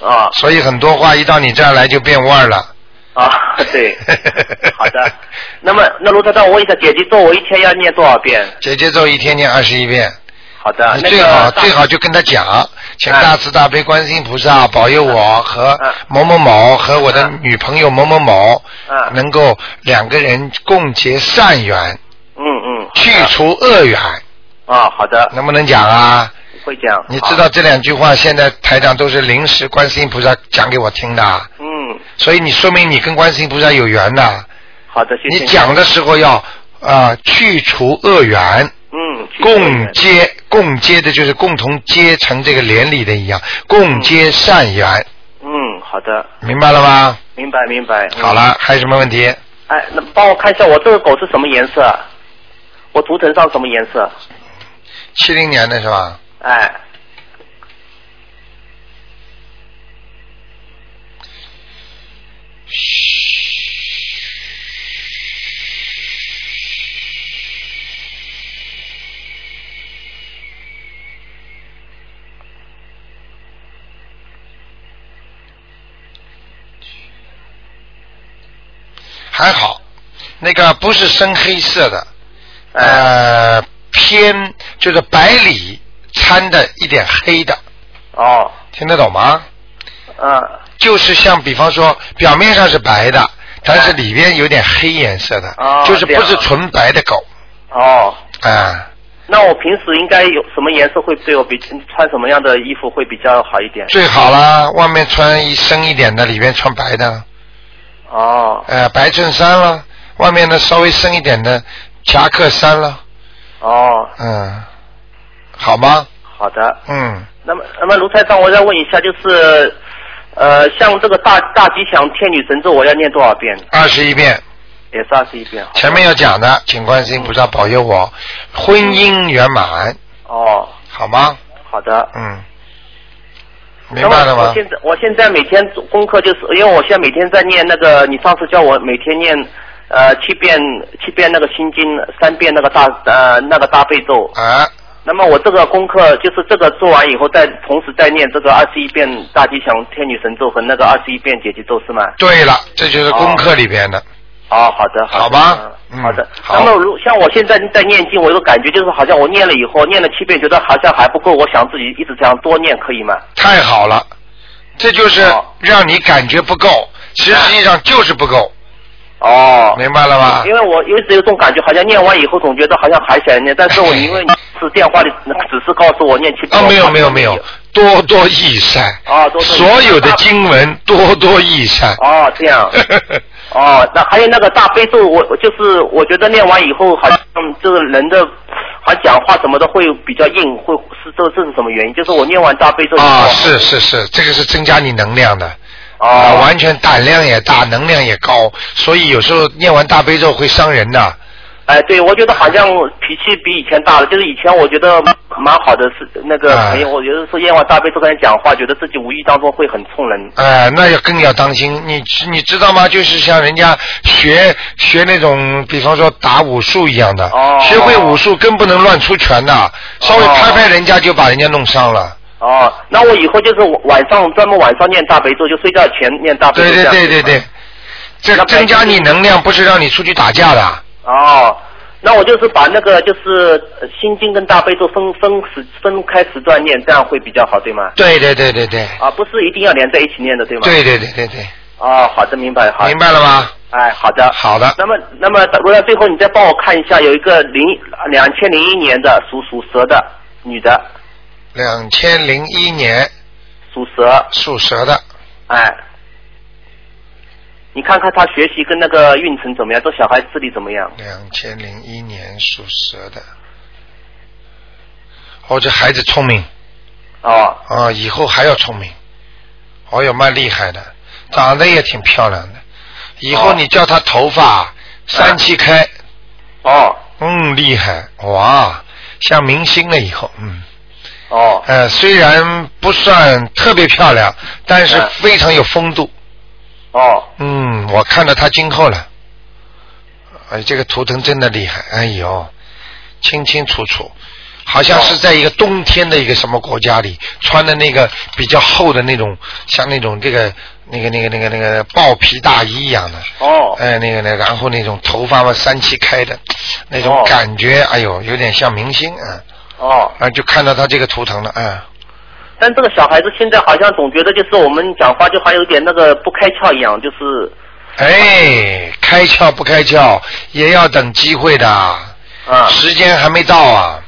G: 啊
A: 所以很多话一到你这儿来就变味儿了。
G: 啊， 对，好的。那么，那卢台长，我问一下，姐姐咒我一天要念多少遍？
A: 姐姐咒一天念二十一遍，
G: 好的，
A: 你
G: 那
A: 最
G: 个
A: 好、
G: 大
A: 最好就跟他讲，请
G: 嗯
A: 大慈大悲观世音菩萨保佑我和
G: 嗯
A: 某某某和我的
G: 嗯
A: 女朋友某某某
G: 嗯
A: 能够两个人共结善缘，
G: 嗯嗯，
A: 去除恶缘，
G: 啊，好的，
A: 能不能讲啊？
G: 会讲。
A: 你
G: 好
A: 知道？这两句话现在台长都是临时观世音菩萨讲给我听的，
G: 嗯，
A: 所以你说明你跟观世音菩萨有缘的。
G: 好的，谢谢
A: 你。讲的时候要啊、呃去除恶缘，
G: 嗯，去
A: 共接共接的就是共同结成这个连理的一样，共结善缘，
G: 嗯，好的，
A: 明白了吗？
G: 明白明白。嗯
A: 好。了，还有什么问题？
G: 哎，那帮我看一下我这个狗是什么颜色？啊我图腾上什么颜色？啊
A: 七零年的是吧？
G: 哎，
A: 还好，那个不是深黑色的，
G: 哎
A: 呃，偏就是白里掺的一点黑的，
G: 哦，
A: 听得懂吗？
G: 嗯，
A: 就是像比方说，表面上是白的，但是里边有点黑颜色的，
G: 嗯哦
A: 就是不
G: 这
A: 是
G: 样啊
A: 纯白的狗
G: 哦。
A: 啊。
G: 那我平时应该有什么颜色会对我比嗯穿什么样的衣服会比较好一点？
A: 最好啦，外面穿一深一点的，里边穿白的，
G: 哦
A: 呃，白衬衫啦，外面的稍微深一点的夹克衫啦，
G: 哦，
A: 嗯，好吗？
G: 好的。
A: 嗯，
G: 那么，那么卢台长，我再问一下，就是，呃，像这个大大吉祥天女神咒，我要念多少遍？
A: 二十一遍。
G: 也是二十一遍。好
A: 前面要讲的，请观世音菩萨保佑我婚姻圆满，
G: 哦，
A: 好吗？
G: 好的。
A: 嗯，明白了
G: 那么
A: 吗
G: 我？现在我现在每天功课就是，因为我现在每天在念那个，你上次叫我每天念呃七遍七遍那个心经，三遍那个大呃那个大悲咒。
A: 啊，
G: 那么我这个功课就是这个做完以后，再同时再念这个二十一遍大吉祥天女神咒和那个二十一遍解结咒是吗？
A: 对了，这就是功课里边的，
G: 哦，好的，
A: 好
G: 好的
A: 吧嗯
G: 嗯好的。
A: 好
G: 那么如像我现在在念经，我有个感觉就是好像我念了以后，念了七遍，觉得好像还不够，我想自己一直这样多念，可以吗？哦
A: 太好了，这就是
G: 好
A: 让你感觉不够，其实际上就是不够，
G: 哦，
A: 明白了吧
G: 因？为我一直有种感觉，好像念完以后总觉得好像还想念，但 是我因为你是电话里只是告诉我念七遍，
A: 啊，没有
G: 我
A: 没有没有，多多益善，
G: 啊多多益善
A: 所有的经文多多益善。
G: 哦，这 样。哦，那还有那个大悲咒，我我就是我觉得念完以后，好像这个人的，好像讲话什么的会比较硬，会是这这是什么原因？就是我念完大悲咒以后
A: 啊，是是是，这个是增加你能量的。啊，
G: 哦，
A: 完全胆量也大，能量也高，所以有时候念完大悲咒会伤人的。
G: 哎，对，我觉得好像脾气比以前大了。就是以前我觉得蛮好的是那个
A: 哎
G: 朋友，我觉得说念完大悲咒跟人讲话，觉得自己无意当中会很冲人。
A: 哎、那要更要当心，你你知道吗？就是像人家学学那种，比方说打武术一样的，
G: 哦
A: 学会武术更不能乱出拳的，稍微拍拍人家就把人家弄伤了。
G: 哦，那我以后就是晚上专门晚上念大悲咒，就睡觉前念大悲
A: 对
G: 咒。
A: 对对对。对，这
G: 哦那
A: 增加你能量，不是让你出去打架的。
G: 哦，那我就是把那个就是呃心经跟大悲咒分分时分开时段念，这样会比较好，对吗？
A: 对对对对对，
G: 啊，不是一定要连在一起念的，对吗？。
A: 对对对对对，
G: 哦，好的，明白，好。
A: 明。白了吗？
G: 哎，好的。
A: 好的，
G: 那么，那么，如果最后你再帮我看一下，有一个零两千零一年的属属蛇的女的，
A: 两千零一年
G: 属蛇，
A: 属蛇的，
G: 哎，你看看她学习跟那个运程怎么样，这小孩智力怎么样？
A: 两千零一年属蛇的。哦，这孩子聪明
G: 哦，
A: 啊、以后还要聪明。哦哟，蛮厉害的，长得也挺漂亮的。以后
G: 哦
A: 你叫她头发三七开，
G: 哦，
A: 嗯，厉害哇，像明星了以后，嗯，
G: 哦，
A: 呃，虽然不算特别漂亮，但是
G: 嗯
A: 非常有风度。
G: 哦，
A: 嗯，我看到他今后了。哎，这个图腾真的厉害，哎呦，清清楚楚，好像是在一个冬天的一个什么国家里，穿的那个比较厚的那种，像那种这个那个那个那个那个豹皮大衣一样的。
G: 哦，
A: 哎，那个那个，然后那种头发嘛，三七开的，那种
G: 哦
A: 感觉，哎呦，有点像明星啊，
G: 哦。
A: 啊，就看到他这个图腾了，啊，
G: 但这个小孩子现在好像总觉得就是我们讲话就还有点那个不开窍一样，就是
A: 哎，开窍不开窍也要等机会的，
G: 啊，
A: 时间还没到啊，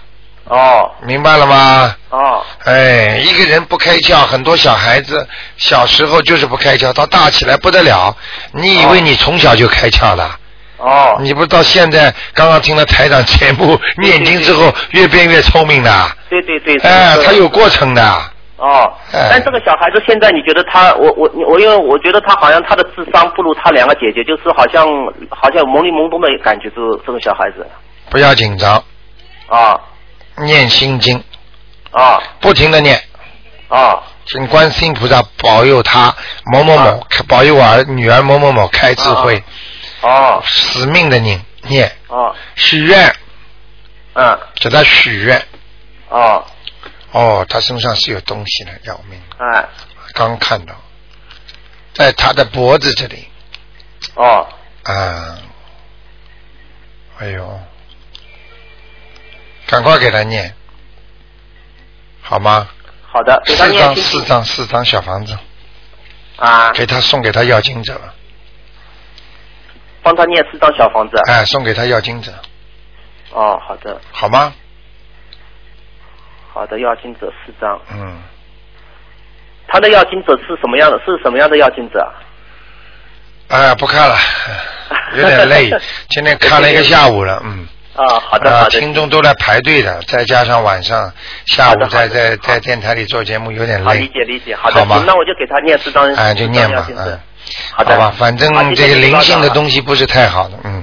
G: 哦
A: 明白了吗？
G: 哦
A: 哎，一个人不开窍，很多小孩子小时候就是不开窍，到大起来不得了。你以为你从小就开窍了？
G: 哦
A: 你不是到现在刚刚听了台长节 目，念经之后越变越聪明的？
G: 对对对，
A: 哎
G: 是，的
A: 他有过程的。
G: 哦，
A: 哎
G: 但这个小孩子现在你觉得他，我我我，因为我觉得他好像他的智商不如他两个姐姐，就是好像好像懵里懵懂的感觉，这这个小孩子
A: 不要紧张，
G: 啊
A: 念心经，
G: 啊
A: 不停的念，
G: 啊
A: 请观世音菩萨保佑他某某某，
G: 啊
A: 保佑我儿女儿某某某开智慧，
G: 哦
A: 死命的念念
G: 哦
A: 许愿，
G: 嗯
A: 给他许愿。
G: 哦
A: 哦，他身上是有东西的，要命！
G: 哎
A: 刚看到，在他的脖子这里
G: 哦
A: 啊，哎呦，赶快给他念，好吗？
G: 好的，给他
A: 四
G: 念
A: 张，
G: 心
A: 四
G: 经
A: 张，四张小房子，
G: 啊，
A: 给他送给他要经者，
G: 帮他念四张小房子啊
A: 哎，送给他要经者，
G: 哦，好的
A: 好吗？
G: 好的，要经者四张。
A: 嗯，
G: 他的要经者是什么样的？是什么样的要经者啊？
A: 哎，不看了，有点累，今天看了一个下午了，嗯，
G: 啊，好的
A: 啊
G: 好，的，
A: 听众都来排队的，再加上晚上下午
G: 好的好
A: 在
G: 的
A: 在在电台里做节目有点
G: 好理
A: 累，
G: 解理解，好的，
A: 好吗
G: 行那我就给他念四张，
A: 哎，就
G: 四张
A: 念
G: 要
A: 吧，
G: 经者
A: 嗯，
G: 好的，
A: 吧，反
G: 啊
A: 正
G: 谢谢
A: 这个
G: 你
A: 灵
G: 老
A: 性
G: 长
A: 的
G: 啊
A: 东西不是太好的，嗯，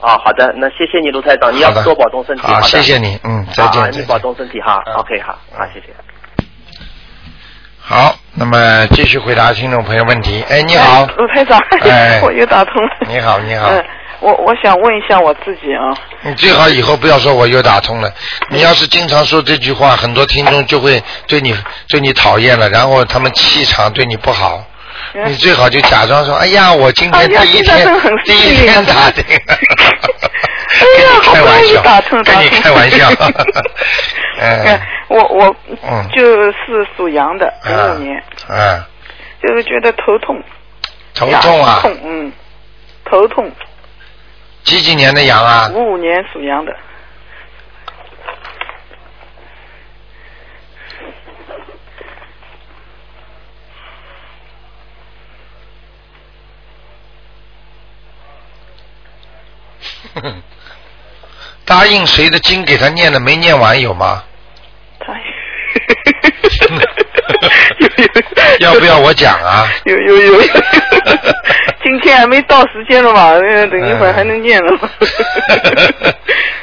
G: 啊，好的，那谢谢你卢台长，你要
A: 好的
G: 多保重身体，
A: 好，
G: 的
A: 谢谢，你，嗯，再
G: 啊
A: 见，
G: 你
A: 再
G: 保
A: 见。
G: 重身体哈
A: 嗯
G: ，OK，好，好，谢啊谢。
A: 好，那么继续回答听众朋友问题。哎，你好，
H: 卢台长，
A: 哎
H: 我又打通了。
A: 你好，你好，
H: 嗯，我我想问一下我自己啊，
A: 你最好以后不要说我又打通了。你要是经常说这句话，很多听众就会对你对你讨厌了，然后他们气场对你不好。你最好就假装说，哎呀，我今天
F: 哦
H: 嗯哎呀
A: 第一
H: 现在
A: 天、
H: 真很
A: 第一
H: 幸运
A: 天打的，
H: 哎呀，好
A: 啊跟你开
H: 不容
A: 玩
H: 易
A: 笑，
H: 打通，
A: 跟你
H: 打通，
A: 开玩笑
H: 嗯，我我
A: 嗯
H: 就是属羊的，零五年，
A: 嗯，嗯，
H: 就是觉得头痛，
A: 头
H: 呀
A: 痛啊，
H: 痛，嗯，头痛，
A: 几几年的羊啊？
H: 五五年属羊的，
A: 答应谁的经给他念了没念完有吗？
H: 他
A: 要不要我讲啊？。
H: 有有有， 今天还没到时间了嘛，呃等一会儿还能念了嘛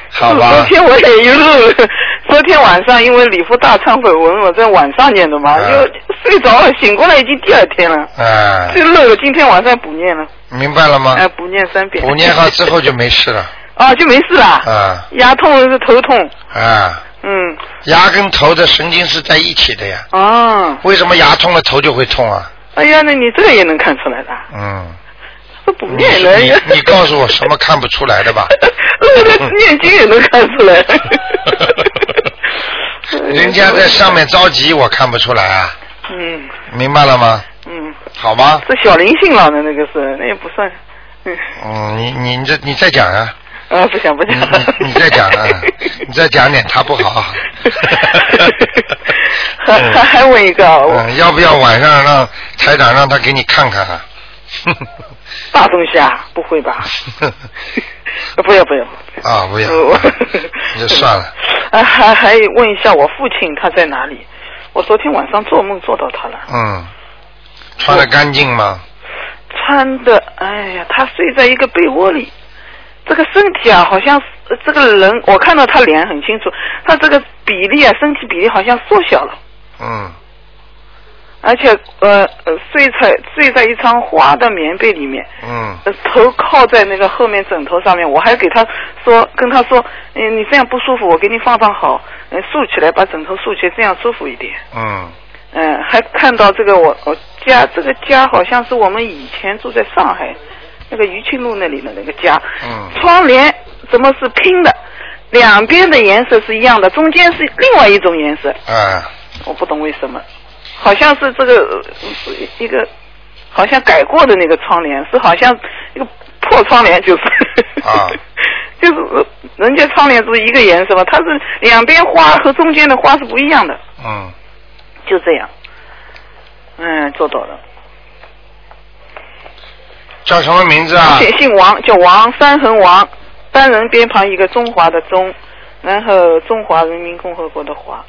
A: 好吧
H: 昨天我也一路，昨天晚上因为礼佛大忏悔文，我在晚上念的嘛，
A: 嗯
H: 又睡着了，醒过来已经第二天了。
A: 哎、
H: 这漏了，今天晚上补念了，
A: 明白了吗
H: 哎、？补念三遍。
A: 五年好之后就没事了。
H: 啊，就没事了。
A: 啊
H: 牙痛是头痛，
A: 啊，
H: 嗯，
A: 牙跟头的神经是在一起的呀。
H: 啊，
A: 为什么牙痛了头就会痛啊？
H: 哎呀，那你这个也能看出来的，
A: 嗯，
H: 这补
A: 你
H: 念了，
A: 你你告诉我什么看不出来的 吧？
H: 那
A: 嗯
H: 个念经也能看出来。
A: 人家在上面着急，我看不出来啊，
H: 嗯
A: 明白了吗？
H: 嗯，
A: 好吗？
H: 这小灵性了呢，那个是，那也不算。嗯
A: 嗯，你你你这你再讲啊，
H: 啊，不想不
A: 你
H: 想。
A: 你你再讲 啊，你再讲点他不好。
H: 还还还问一个啊，我
A: 嗯，要不要晚上让台长让他给你看看啊？
H: 大东西啊，不会吧？不要不要。
A: 啊，不要
H: 我，
A: 那就算了。
H: 啊，还还问一下我父亲他在哪里？我昨天晚上做梦做到他了，
A: 嗯，穿的干净吗？
H: 穿的，哎呀，他睡在一个被窝里，这个身体啊，好像是呃这个人，我看到他脸很清楚，他这个比例啊，身体比例好像缩小了，
A: 嗯，
H: 而且呃呃睡在睡在一张花的棉被里面，
A: 嗯，
H: 呃头靠在那个后面枕头上面，我还给他说，跟他说，嗯、你这样不舒服，我给你放放好，嗯、竖起来，把枕头竖起来，这样舒服一点。
A: 嗯，
H: 嗯，还看到这个我我家这个家好像是我们以前住在上海那个余庆路那里的那个家，
A: 嗯
H: 窗帘怎么是拼的？两边的颜色是一样的，中间是另外一种颜色，
A: 哎，
H: 我不懂为什么，好像是这个呃是一个好像改过的那个窗帘，是好像一个破窗帘，就是
A: 啊，
H: 就是呃人家窗帘是一个颜色嘛，它是两边花和中间的花是不一样的。
A: 嗯，
H: 就这样。嗯，做到了。
A: 叫什么名字啊？
H: 姓姓王，叫王三横王，单人边旁一个中华的中，然后中华人民共和国的华。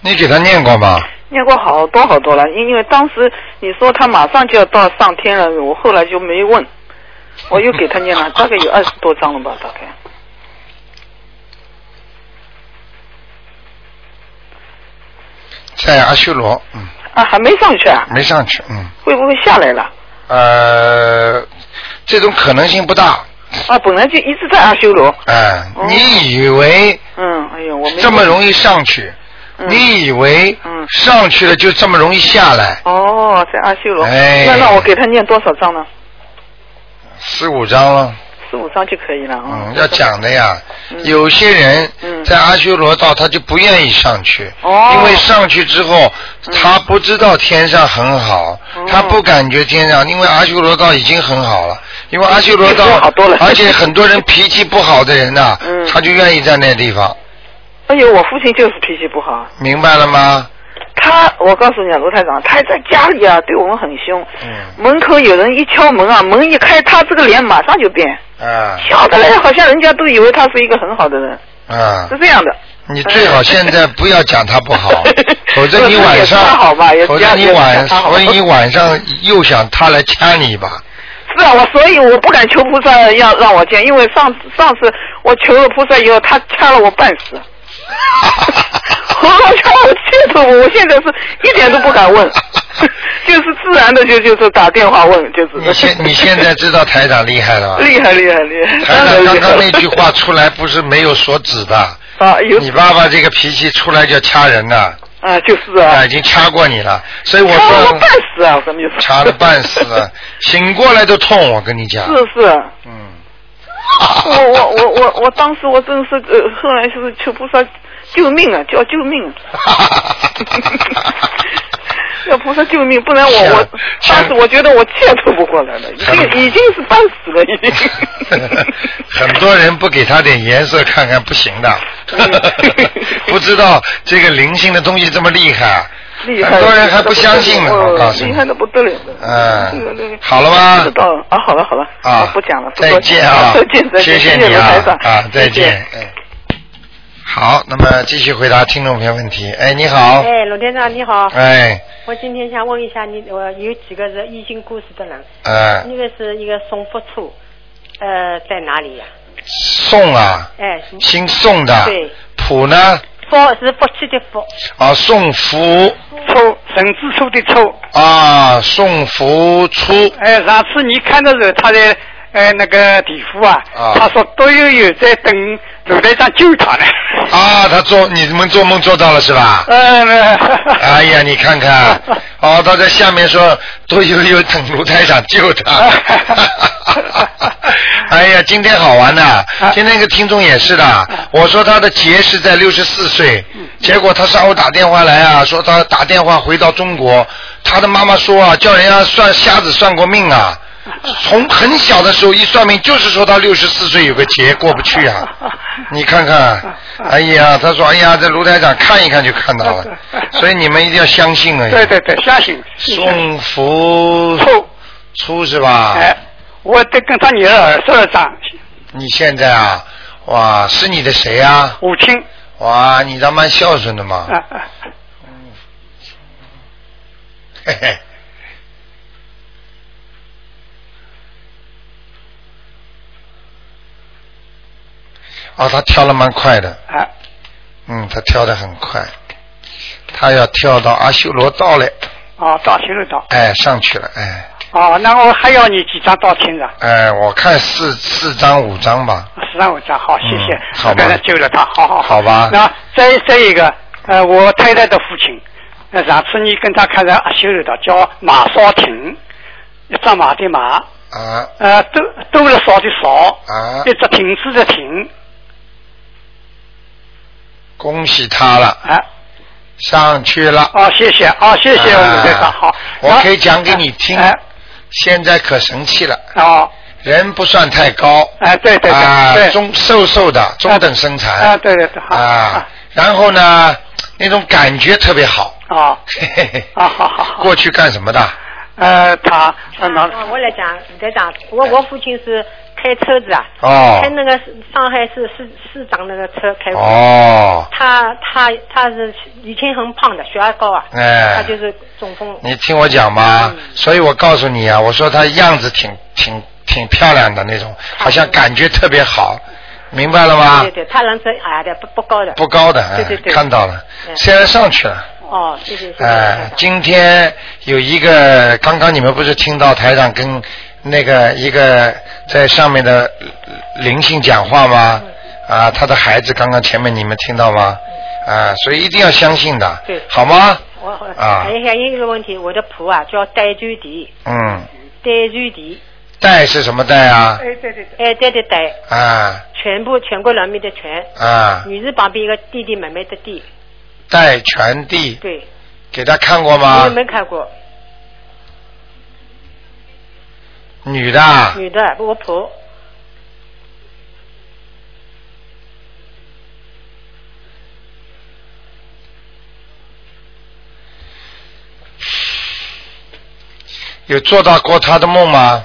A: 你给他念过吗？
H: 念过好多好多了，因因为当时你说他马上就要到上天了，我后来就没问，我又给他念了，大概有二十多章了吧，大概。
A: 在阿修罗，嗯，
H: 啊，还没上去啊？
A: 没上去，嗯，
H: 会不会下来了？
A: 呃，这种可能性不大，
H: 啊，本来就一直在阿修罗。
A: 哎，
H: 哦
A: 你以为
H: 嗯，哎呦，我没
A: 这么容易上去？
H: 嗯
A: 你以为
H: 嗯
A: 上去了就这么容易下来？
H: 哦，在阿修罗。
A: 啊哎
H: 那那我给他念多少章呢？
A: 四五张了，
H: 四五张就可以了啊。
A: 嗯，要讲的呀。
H: 嗯
A: 有些人在阿修罗道，他就不愿意上去，
H: 哦嗯
A: 因为上去之后，他不知道天上很好，他不感觉天上，因为阿修罗道已经很好了，因为阿修罗道
H: 比这好多了
A: 而且很多人脾气不好的人呐、
H: 嗯
A: 他就愿意在那地方，
H: 哎呦，我父亲就是脾气不好，啊
A: 明白了吗？
H: 他我告诉你啊，卢台长，他在家里啊对我们很凶，
A: 嗯，
H: 门口有人一敲门啊，门一开，他这个脸马上就变，
A: 啊
H: 笑的嘞，好像人家都以为他是一个很好的人，
A: 啊
H: 是，这样的。，
A: 你最好现在不要讲他不好 否则你晚上
H: 也 不太好吧也，
A: 否则你
H: 也
A: 晚，
H: 不太好
A: 所以你晚上又想他来掐你一把。
H: 是啊，我所以我不敢求菩萨要让我见，因为上上次我求了菩萨以后，他掐了我半 死。我好像我气死我，我现在是一点都不敢 问，就是自然的就就是打电话问，就是。
A: 你现你现在知道台长厉害了吧？
H: 厉害厉害厉害！
A: 台长刚刚那句
H: 当
A: 话出来不是没有所指的，
H: 然厉害啊，有
A: 你爸爸这个脾气出来就掐人了，
H: 啊，就是
A: 啊，
H: 啊
A: 已，经掐过你了，所以我
H: 掐了我
A: 说
H: 半死啊，咱们就是
A: 掐了半死 了，醒过来都痛，我跟你讲，
H: 是是。
A: 嗯，
H: 我我我我我当时我真是呃，后来是求菩萨救命啊，叫救 命啊，要菩萨救命，不然我我
A: 像
H: 当时我觉得我气也透不过来了，已经
A: 很。
H: 已经是半死了，已经
A: 很多人不给他点颜色看看不行 的
H: 嗯，
A: 不知道这个灵性的东西这么厉害，啊
H: 厉害
A: 很多人还不相信呢
H: 哦
A: 我告诉你
H: 厉害的不得了的。这个这
A: 嗯
H: 个，
A: 好了吧？
H: 知道了啊，好了好了
A: 啊
H: 不讲了，不
A: 再
H: 多
A: 见啊，
H: 再见再
A: 谢
H: 见，谢
A: 你
H: 卢
A: 啊
H: 台长
A: 啊，再见，嗯。好，那么继续回答听众朋友问题。哎，你好，
I: 哎，罗店长你好，
A: 哎，
I: 我今天想问一下你，我有几个是易经故事的人，
A: 呃，
I: 那个是一个宋福处，呃，在哪里呀、
A: 宋啊，
I: 哎，
A: 姓宋的，
I: 对，
A: 普呢？
I: 福是福气的福，
A: 啊，宋福
J: 抽，沈字抽的抽。
A: 啊，宋福初，
J: 哎，上次你看的时候，他在呃那个地府啊，
A: 啊
J: 他说都有有在等卢台长救他呢。
A: 啊，他做你们做梦做到了是吧？
G: 嗯
J: 呃，
A: 哎呀，你看看，哦，他在下面说都有有等卢台长救他。 哎呀，今天好玩呐、今天一个听众也是的，我说他的劫是在六十四岁，结果他上午打电话来啊，说他打电话回到中国，他的妈妈说啊，叫人家算瞎子算过命啊。从很小的时候一算命，就是说他六十四岁有个劫过不去啊！你看看，哎呀，他说哎呀，这卢台长看一看就看到了， 所以你们一定要相信啊！
J: 对对对，相信。
A: 送福
J: 抽，
A: 出是吧？
J: 哎，我得跟他女儿说了张，
A: 你现在啊，哇，是你的谁啊？
J: 母亲
A: 哇，你倒蛮孝顺的嘛。
J: 啊啊，
A: 嘿嘿。哦，他跳的蛮快的，
J: 啊
A: 嗯，他跳的很快，他要跳到阿修罗道嘞，
J: 哦，到修了到。
A: 哎，上去了，哎，
J: 哦，那我还要你几张啊到天上？
A: 哎，我看四四张五张吧，
J: 十三五张，好，谢谢
A: 嗯，好吧
J: 刚才救了他，好好
A: 好
G: 嗯
A: 吧
J: 那再再一个，呃，我太太的父亲，呃，上次你跟他看的阿修罗的叫马少廷，一张马的马，
A: 啊
J: 呃，兜兜了少的少，
A: 啊
J: 一，只亭子的亭，
A: 恭喜他了，
J: 啊，
A: 上去了，
J: 哦，谢谢，哦，谢谢我们队长，
A: 啊
J: 好，
A: 我
J: 那
A: 可以讲给你听
J: 哎，
A: 现在可神气了，
J: 哦，
A: 人不算太高，
J: 哎，对对
A: 啊
J: 对，对，
A: 中瘦瘦的，中等身材，
J: 啊，对对对，好，
A: 啊，然后呢，那种感觉特别好。
J: 哦，
A: 嘿嘿嘿
J: 啊，好好好，
A: 过去干什么的？
J: 呃，他，呃，那
I: 啊，我来讲，你来讲，我我父亲是开车子啊，
A: 哎哦
I: 开那个上海市市市长那个车开。
A: 哦，
I: 他他他是以前很胖的，血压高啊，
A: 哎
I: 他就是中风。
A: 你听我讲嘛
I: 嗯，
A: 所以我告诉你啊，我说她样子挺挺挺漂亮的那种，好像感觉特别好，明白了吗
I: 对？对，他人是矮的，不不高的。
A: 不高的，哎
I: 对对对
A: 看到了，
I: 嗯
A: 虽然上去了。
I: 哦，谢谢谢谢。
A: 呃，今天有一个，刚刚你们不是听到台长跟那个一个在上面的呃灵性讲话吗？
I: 嗯
A: 啊，他的孩子刚刚前面你们听到吗？啊，所以一定要相信的
I: 嗯对，
A: 好吗？
I: 我哎我
A: 啊
I: 还还有一个问题，我的谱啊叫戴瑞迪，
A: 嗯，
I: 戴瑞迪，
A: 带是什么带啊？
I: 哎，对对对。哎，对对对，
A: 啊
I: 全部全国人民的全，
A: 啊，
I: 女字旁边一个弟弟妹妹的弟，
A: 带全地
I: 对。
A: 给他看过吗
I: 没？没看过，
A: 女的啊，
I: 女的，我婆。
A: 有做到过他的梦吗？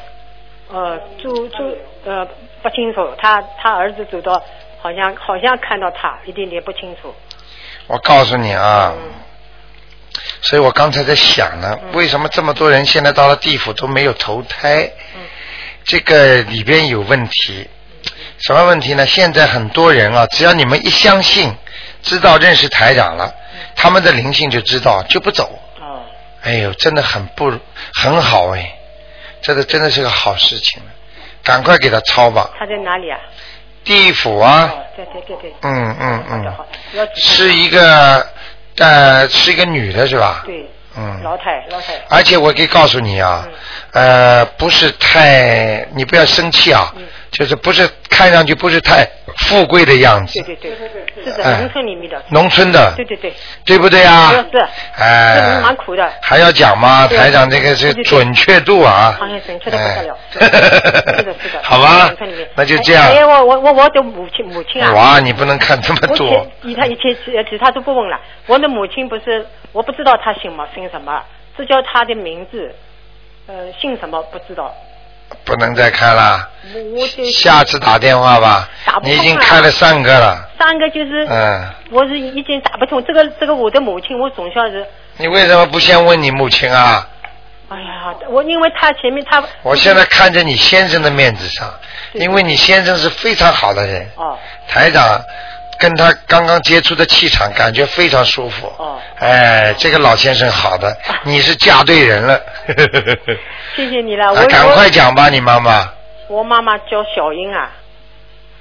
I: 呃，住住呃不清楚，他他儿子走到，好像好像看到他，一点点不清楚。
A: 我告诉你啊，所以我刚才在想呢，为什么这么多人现在到了地府都没有投胎？这个里边有问题。什么问题呢？现在很多人啊，只要你们一相信，知道认识台长了，他们的灵性就知道就不走。哎呦，真的很不很好哎，这个真的是个好事情，赶快给他抄吧。
I: 他在哪里啊？
A: 地府啊，
I: 哦，对对对对，
A: 嗯嗯嗯，
I: 不要紧
A: 是一个呃是一个女的是吧？
I: 对，
A: 嗯，
I: 老太老太，
A: 而且我可以告诉你啊，
I: 嗯
A: 呃，不是太，你不要生气啊，
I: 嗯
A: 就是不是看上去不是太富贵的样子，
I: 对对对，是
A: 哎
I: 的，农村里面的，
A: 农村的
I: 对对对，
A: 对不对啊
I: 是是，这人
A: 哎、
I: 蛮苦的，
A: 还要讲吗？
I: 对
A: 台长这个是准确度啊，
I: 哎呀，准确的不 得了，
A: 哎好吧，那就这样
I: 哎，我我我我的母亲母亲啊，
A: 哇，你不能看这么
I: 我
A: 多，
I: 其其他一切其其他都不问了。我的母亲不是，我不知道她姓么姓什么，只叫她的名字，呃，姓什么不知道。
A: 不能再看了，
I: 我我就
A: 下次打电话吧
I: 打，不
A: 你
I: 通啊
A: 已经
I: 了
A: 开了三个了，
I: 三个就是，
A: 嗯，
I: 我是已经打不通。这个这个我的母亲，我总算是，
A: 你为什么不先问你母亲啊？
I: 哎呀，我因为她前面她
A: 我现在看在你先生的面子上，因为你先生是非常好的人。
I: 哦。
A: 台长跟他刚刚接触的气场，感觉非常舒服。
I: 哦。
A: 哎，这个老先生好 的，你是嫁对人了。
I: 谢谢你了，我
A: 啊，赶快讲
I: 吧。
A: 吧，你妈妈
I: 我妈妈叫小英啊，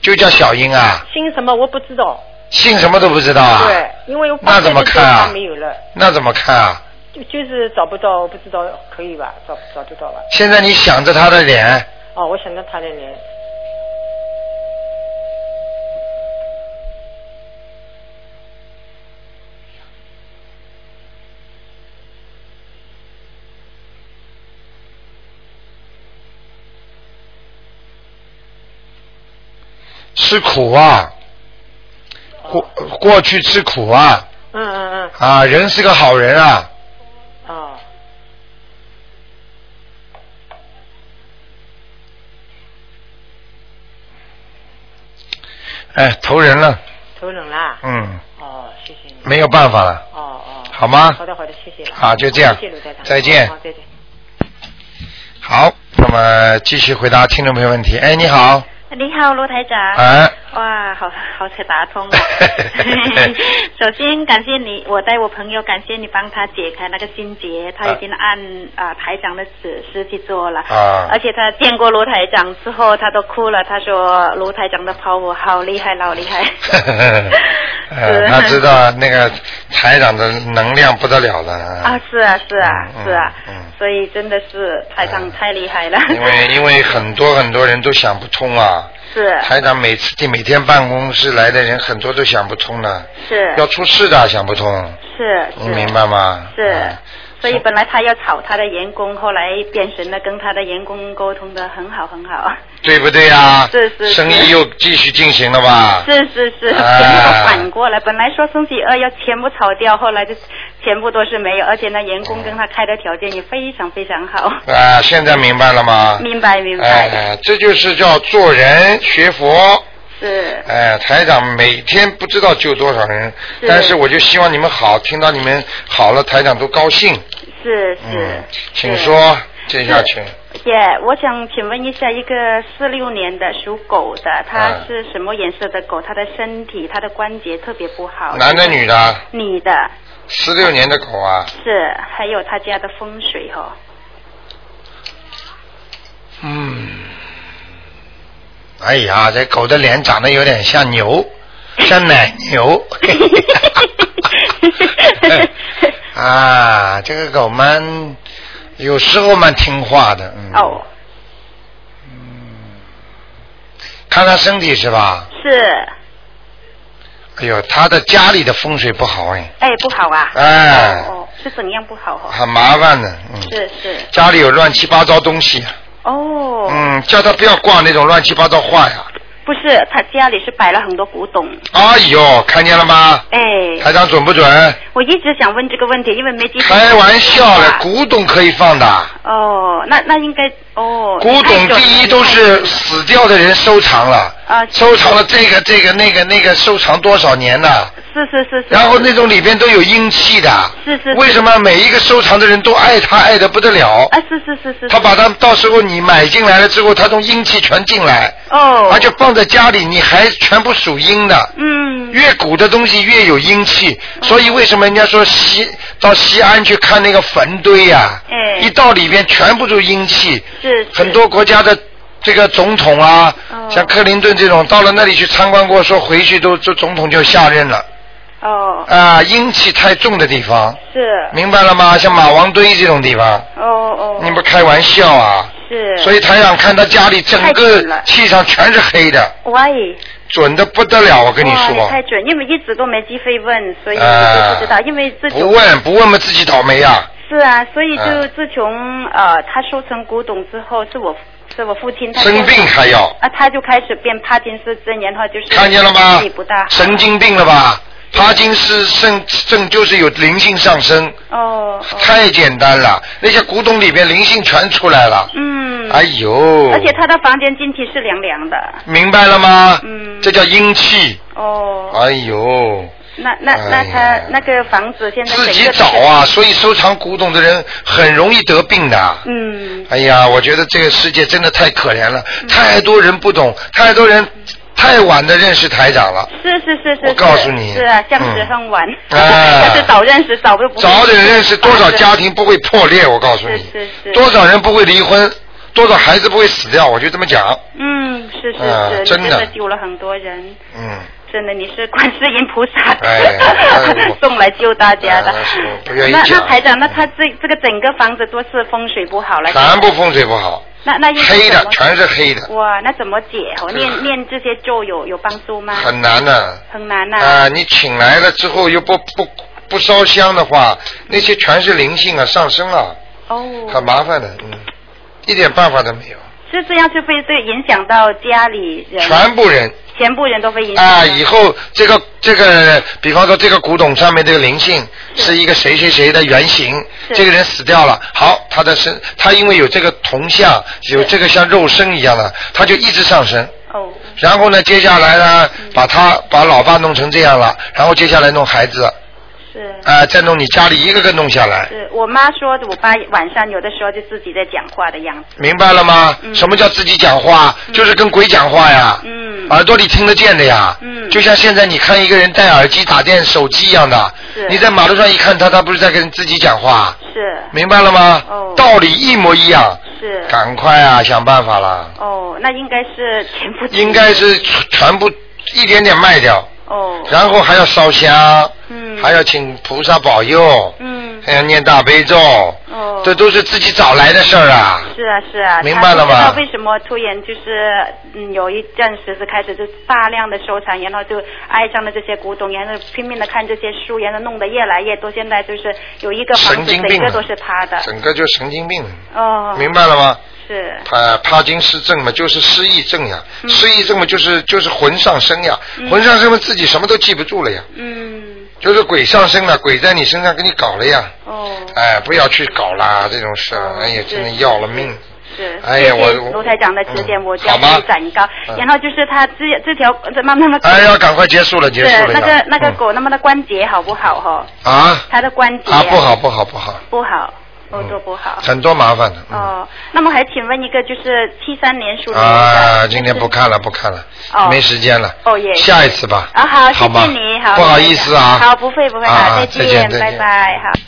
A: 就叫小英啊，
I: 姓什么我不知道。
A: 姓什么都不知道啊？
I: 对，因为我
A: 那怎么看啊
I: 八岁的时候她没有了，
A: 那怎么看啊？
I: 就就是找不到，不知道可以吧？找找得到吧？
A: 现在你想着他的脸，
I: 哦，我想到他的脸。
A: 吃苦啊，
I: 哦
A: 过过去吃苦啊
I: 嗯嗯嗯，
A: 啊，人是个好人啊。
I: 哦，
A: 哎，投人了，
I: 头冷啦。
A: 嗯，
I: 哦，谢谢你。
A: 没有办法了，
I: 哦哦。
A: 好吗
I: 好的好的，谢谢了。
A: 好就这样
I: 谢谢卢台长。
A: 再见
I: 好再见。
A: 好，那么继续回答听众朋友问题。哎，你好，
K: 你好，罗台长。
A: 哎
K: 哇，好好才打通。啊 首先感谢你，我带我朋友感谢你帮他解开那个心结，他已经按啊、台长的指示去做了。
C: 呃
L: 啊
K: 而且他见过罗台长之后，他都哭了。他说罗台长的跑我好厉害，老厉害。
A: 呃，他知道那个台长的能量不得了了，
K: 啊，是啊，是
A: 嗯
K: 啊，
A: 哎嗯
K: 是啊。所以真的是台长太厉害了。
A: 因为因为很多很多人都想不通啊。
K: 是
A: 台长每次每天办公室来的人很多都想不通的，
K: 是
A: 要出事的想不通，
K: 是
A: 你
K: 是。
A: 明白吗？
K: 是，所以本来他要炒他的员工，后来变成了跟他的员工沟通的很好很好。
A: 对不对呀？
K: 是是是
A: 生意又继续进行了吧？
K: 是是 是，全
A: 哎
K: 部反过来。本来说星期二要全部炒掉，后来就全部都是没有，而且呢，员工跟他开的条件也非常非常好。
A: 啊，现在明白了吗？
K: 明白明
A: 哎
K: 白，
A: 哎，这就是叫做人学佛。
K: 是
A: 哎，台长每天不知道救多少人，
K: 是
A: 但是我就希望你们好，听到你们好了，台长都高兴。
K: 是是
A: 嗯。，请说，接下去。
K: 姐、我想请问一下，一个四六年的属狗的，他
A: 嗯
K: 是什么颜色的狗？他的身体、他的关节特别不好。
A: 男的女的？
K: 女的。
A: 十六年的狗啊，
K: 是，还有他家的风水哦哈、
A: 嗯，哎呀，这狗的脸长得有点像牛，像奶牛。 啊，这个狗蛮，有时候蛮听话的，嗯。嗯
K: 哦。
A: 看他身体是吧？
K: 是，
A: 哎呦，他的家里的风水不好哎，
K: 哎，不好啊。
A: 哎
K: 哦，哦是怎样不好哦？
A: 很麻烦的，嗯，
K: 是是。
A: 家里有乱七八糟东西，
K: 哦，
A: 嗯，叫他不要挂那种乱七八糟画呀。
K: 不是，他家里是摆了很多古董。
A: 哎呦，看见了吗？
K: 哎，
A: 台长准不准？
K: 我一直想问这个问题，因为没机会。
A: 开玩笑了，古董可以放的，
K: 哦，那那应该哦。
A: 古
K: 太
A: 董
K: 久了
A: 第一都是死掉的人收藏了，
K: 啊，
A: 收藏了这个这个那个那个收藏多少年呢？
K: 是是是是。
A: 然后那种里边都有阴气的，
K: 是是是
A: 为什么每一个收藏的人都爱他爱的不得了？
K: 啊，是是是是。
A: 他把它到时候你买进来了之后，他从阴气全进来，
K: 哦，
A: 而且放在家里，你还全部属阴的。
K: 嗯。
A: 越古的东西越有阴气，所以为什么人家说西到西安去看那个坟堆呀、
K: 哎
A: 一到里边全部都是阴气。
K: 是哦
A: 很多国家的这个总统啊，像克林顿这种，到了那里去参观过，说回去都这总统就下任了
K: 哦
A: 啊，阴气太重的地方，
K: 是
A: 明白了吗？像马王堆这种地方，
K: 哦哦
A: 你不开玩笑啊！
K: 是。
A: 所以台长看他家里整
K: 太准
A: 个
K: 了
A: 气场全是黑的，
K: 喂。
A: 准的不得了，我跟你
K: 哇
A: 说。
K: 太准，因为一直都没机会问，所以
A: 啊
K: 我就不知道，因为自
A: 不
K: 从
A: 问不问嘛，自己倒霉啊！
K: 是啊，所以就
A: 嗯
K: 自从呃他收成古董之后，是我是我父亲他
A: 生病还要
K: 啊，他就开始变帕金斯症，然后就是
A: 看见了吗
K: 身体不大好，哦
A: 神经病了吧？帕金斯症症就是有灵性上升，
K: 哦，
A: 太简单了，那些古董里边灵性全出来了。
K: 嗯，
A: 哎呦！
K: 而且他的房间进去是凉凉的，
A: 明白了吗？嗯。这叫阴气。
K: 哦，
A: 哎呦，
K: 那那那他那个房子现在
A: 哎自己
K: 整个
A: 找啊！所以收藏古董的人很容易得病的。
K: 嗯，
A: 哎呀，我觉得这个世界真的太可怜了，太多人不懂，太多人太晚的认识台长了。
K: 是是是是，
A: 我告诉你
K: 是啊，相识
A: 嗯
K: 很晚，
A: 哎
K: 要是早认识早就不会
A: 早点认识 多少家庭不会破裂，我告诉你，
K: 是是
A: 多少人不会离婚，多少孩子不会死掉，我就这么讲。
K: 嗯，是是是，
A: 嗯
K: 你
A: 真的
K: 的救了很多人，
A: 嗯，
K: 真的你是观世音菩萨、
A: 哎哎我
K: 送来救大家的。
A: 我哎不愿意
K: 啊那那
A: 讲，
K: 台长，那他这这个整个房子都是风水不好了，
A: 全部风水不好，
K: 那那应该
A: 黑的
K: 怎么
A: 全是黑的，
K: 哇，那怎么解？我
A: 这
K: 念念这些咒有有帮助吗？
A: 很难的。
K: 很难呐、
A: 啊，你请来了之后又不不不烧香的话，那些全是灵性啊，上升啊，
K: 哦，
A: 很麻烦的，嗯，一点办法都没有，
K: 是这样就会对影响到家里人，
A: 全部人。
K: 全部人都会影响。
A: 啊，以后这个这个，比方说这个古董上面这个灵性是一个谁谁谁的原型，
K: 是
A: 这个人死掉了，好，他的身，他因为有这个铜像，有这个像肉身一样的，他就一直上升。
K: 哦。
A: 然后呢，接下来呢，把他把老爸弄成这样了，然后接下来弄孩子，
K: 是
A: 啊、再弄你家里一个个弄下来，
K: 是我妈说的，我爸晚上有的时候就自己在讲话的样子。
A: 明白了吗？什么叫自己讲话？就是跟鬼讲话呀。
K: 嗯。
A: 耳朵里听得见的呀。嗯。就像现在你看一个人戴耳机打电手机一样的，
K: 是
A: 你在马路上一看他，他不是在跟自己讲话，
K: 是
A: 明白了吗？
K: 哦
A: 道理一模一样，
K: 是
A: 赶快啊，想办法啦。
K: 哦，那应该是全部
A: 应该是全全部一点点卖掉，
K: 哦
A: 然后还要烧香，
K: 嗯
A: 还要请菩萨保佑，
K: 嗯
A: 还要念大悲咒，
K: 哦
A: 这都是自己找来的事儿啊。
K: 是啊是啊，
A: 明白了吧
K: 他不知道为什么突然就是嗯有一阵时是开始就大量的收藏，然后就爱上了这些古董，然后拼命的看这些书，然后弄得越来越多，现在就是有一个房
A: 神
K: 子
A: 经
K: 整
A: 病
K: 个
A: 了
K: 都是他的。
A: 整个就神经病，
K: 哦，
A: 明白了吗？
K: 是
A: 帕帕金斯症嘛，就是失忆症呀，
K: 嗯
A: 失忆症嘛就是就是魂上身呀，
K: 嗯
A: 魂上身嘛自己什么都记不住了呀，
K: 嗯
A: 就是鬼上身了，鬼在你身上给你搞了呀，
K: 哦
A: 哎，不要去搞啦，这种事儿，哎呀，真的要了命。
K: 是，
A: 哎呀
K: 谢谢
A: 我我嗯
K: 卢台长的指点，我
A: 好
K: 将
A: 吗
K: 会长高
A: 嗯。
K: 然后就是他这这条这慢慢的，
A: 哎呀，赶快结束了，结
K: 是
A: 束了嗯
K: 那
A: 要。
K: 个那个狗，那么的关节好不好哈？
A: 啊
K: 他的关节
A: 啊，不好不好不好，
K: 不好，耳朵不好。
A: 很多麻烦的。
K: 哦，那么还请问一个，就是七三年属龙
A: 啊，
K: 的，
A: 今天不看了不看了
K: 哦，
A: 没时间了。
K: 哦也
A: 下一次吧。
K: 啊好，谢
A: 好吗
K: 谢你，好，
A: 不好
K: 卢台
A: 意
K: 长
A: 思啊。
K: 好，不会不会，
A: 啊
K: 好，
A: 再见再
K: 拜
A: 见
K: 拜，好。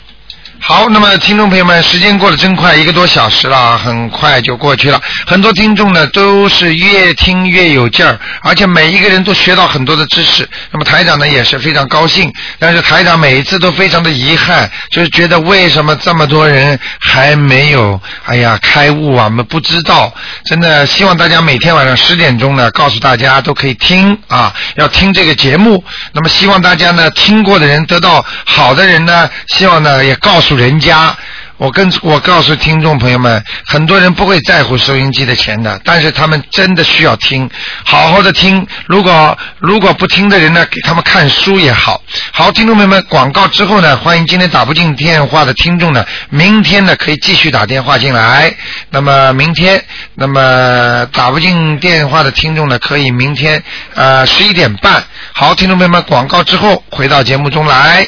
A: 好，那么听众朋友们，时间过得真快，一个多小时了，啊很快就过去了。很多听众呢都是越听越有劲儿，而且每一个人都学到很多的知识。那么台长呢也是非常高兴，但是台长每一次都非常的遗憾，就是觉得为什么这么多人还没有哎呀开悟啊？我们不知道，真的希望大家每天晚上十点钟呢，告诉大家都可以听啊，要听这个节目。那么希望大家呢听过的人得到好的人呢，希望呢也告诉人家。我跟我告诉听众朋友们，很多人不会在乎收音机的钱的，但是他们真的需要听，好好的听。如果如果不听的人呢，给他们看书也好。好，听众朋友们，广告之后呢，欢迎今天打不进电话的听众呢，明天呢可以继续打电话进来。那么明天，那么打不进电话的听众呢，可以明天呃十一点半。好，听众朋友们，广告之后回到节目中来。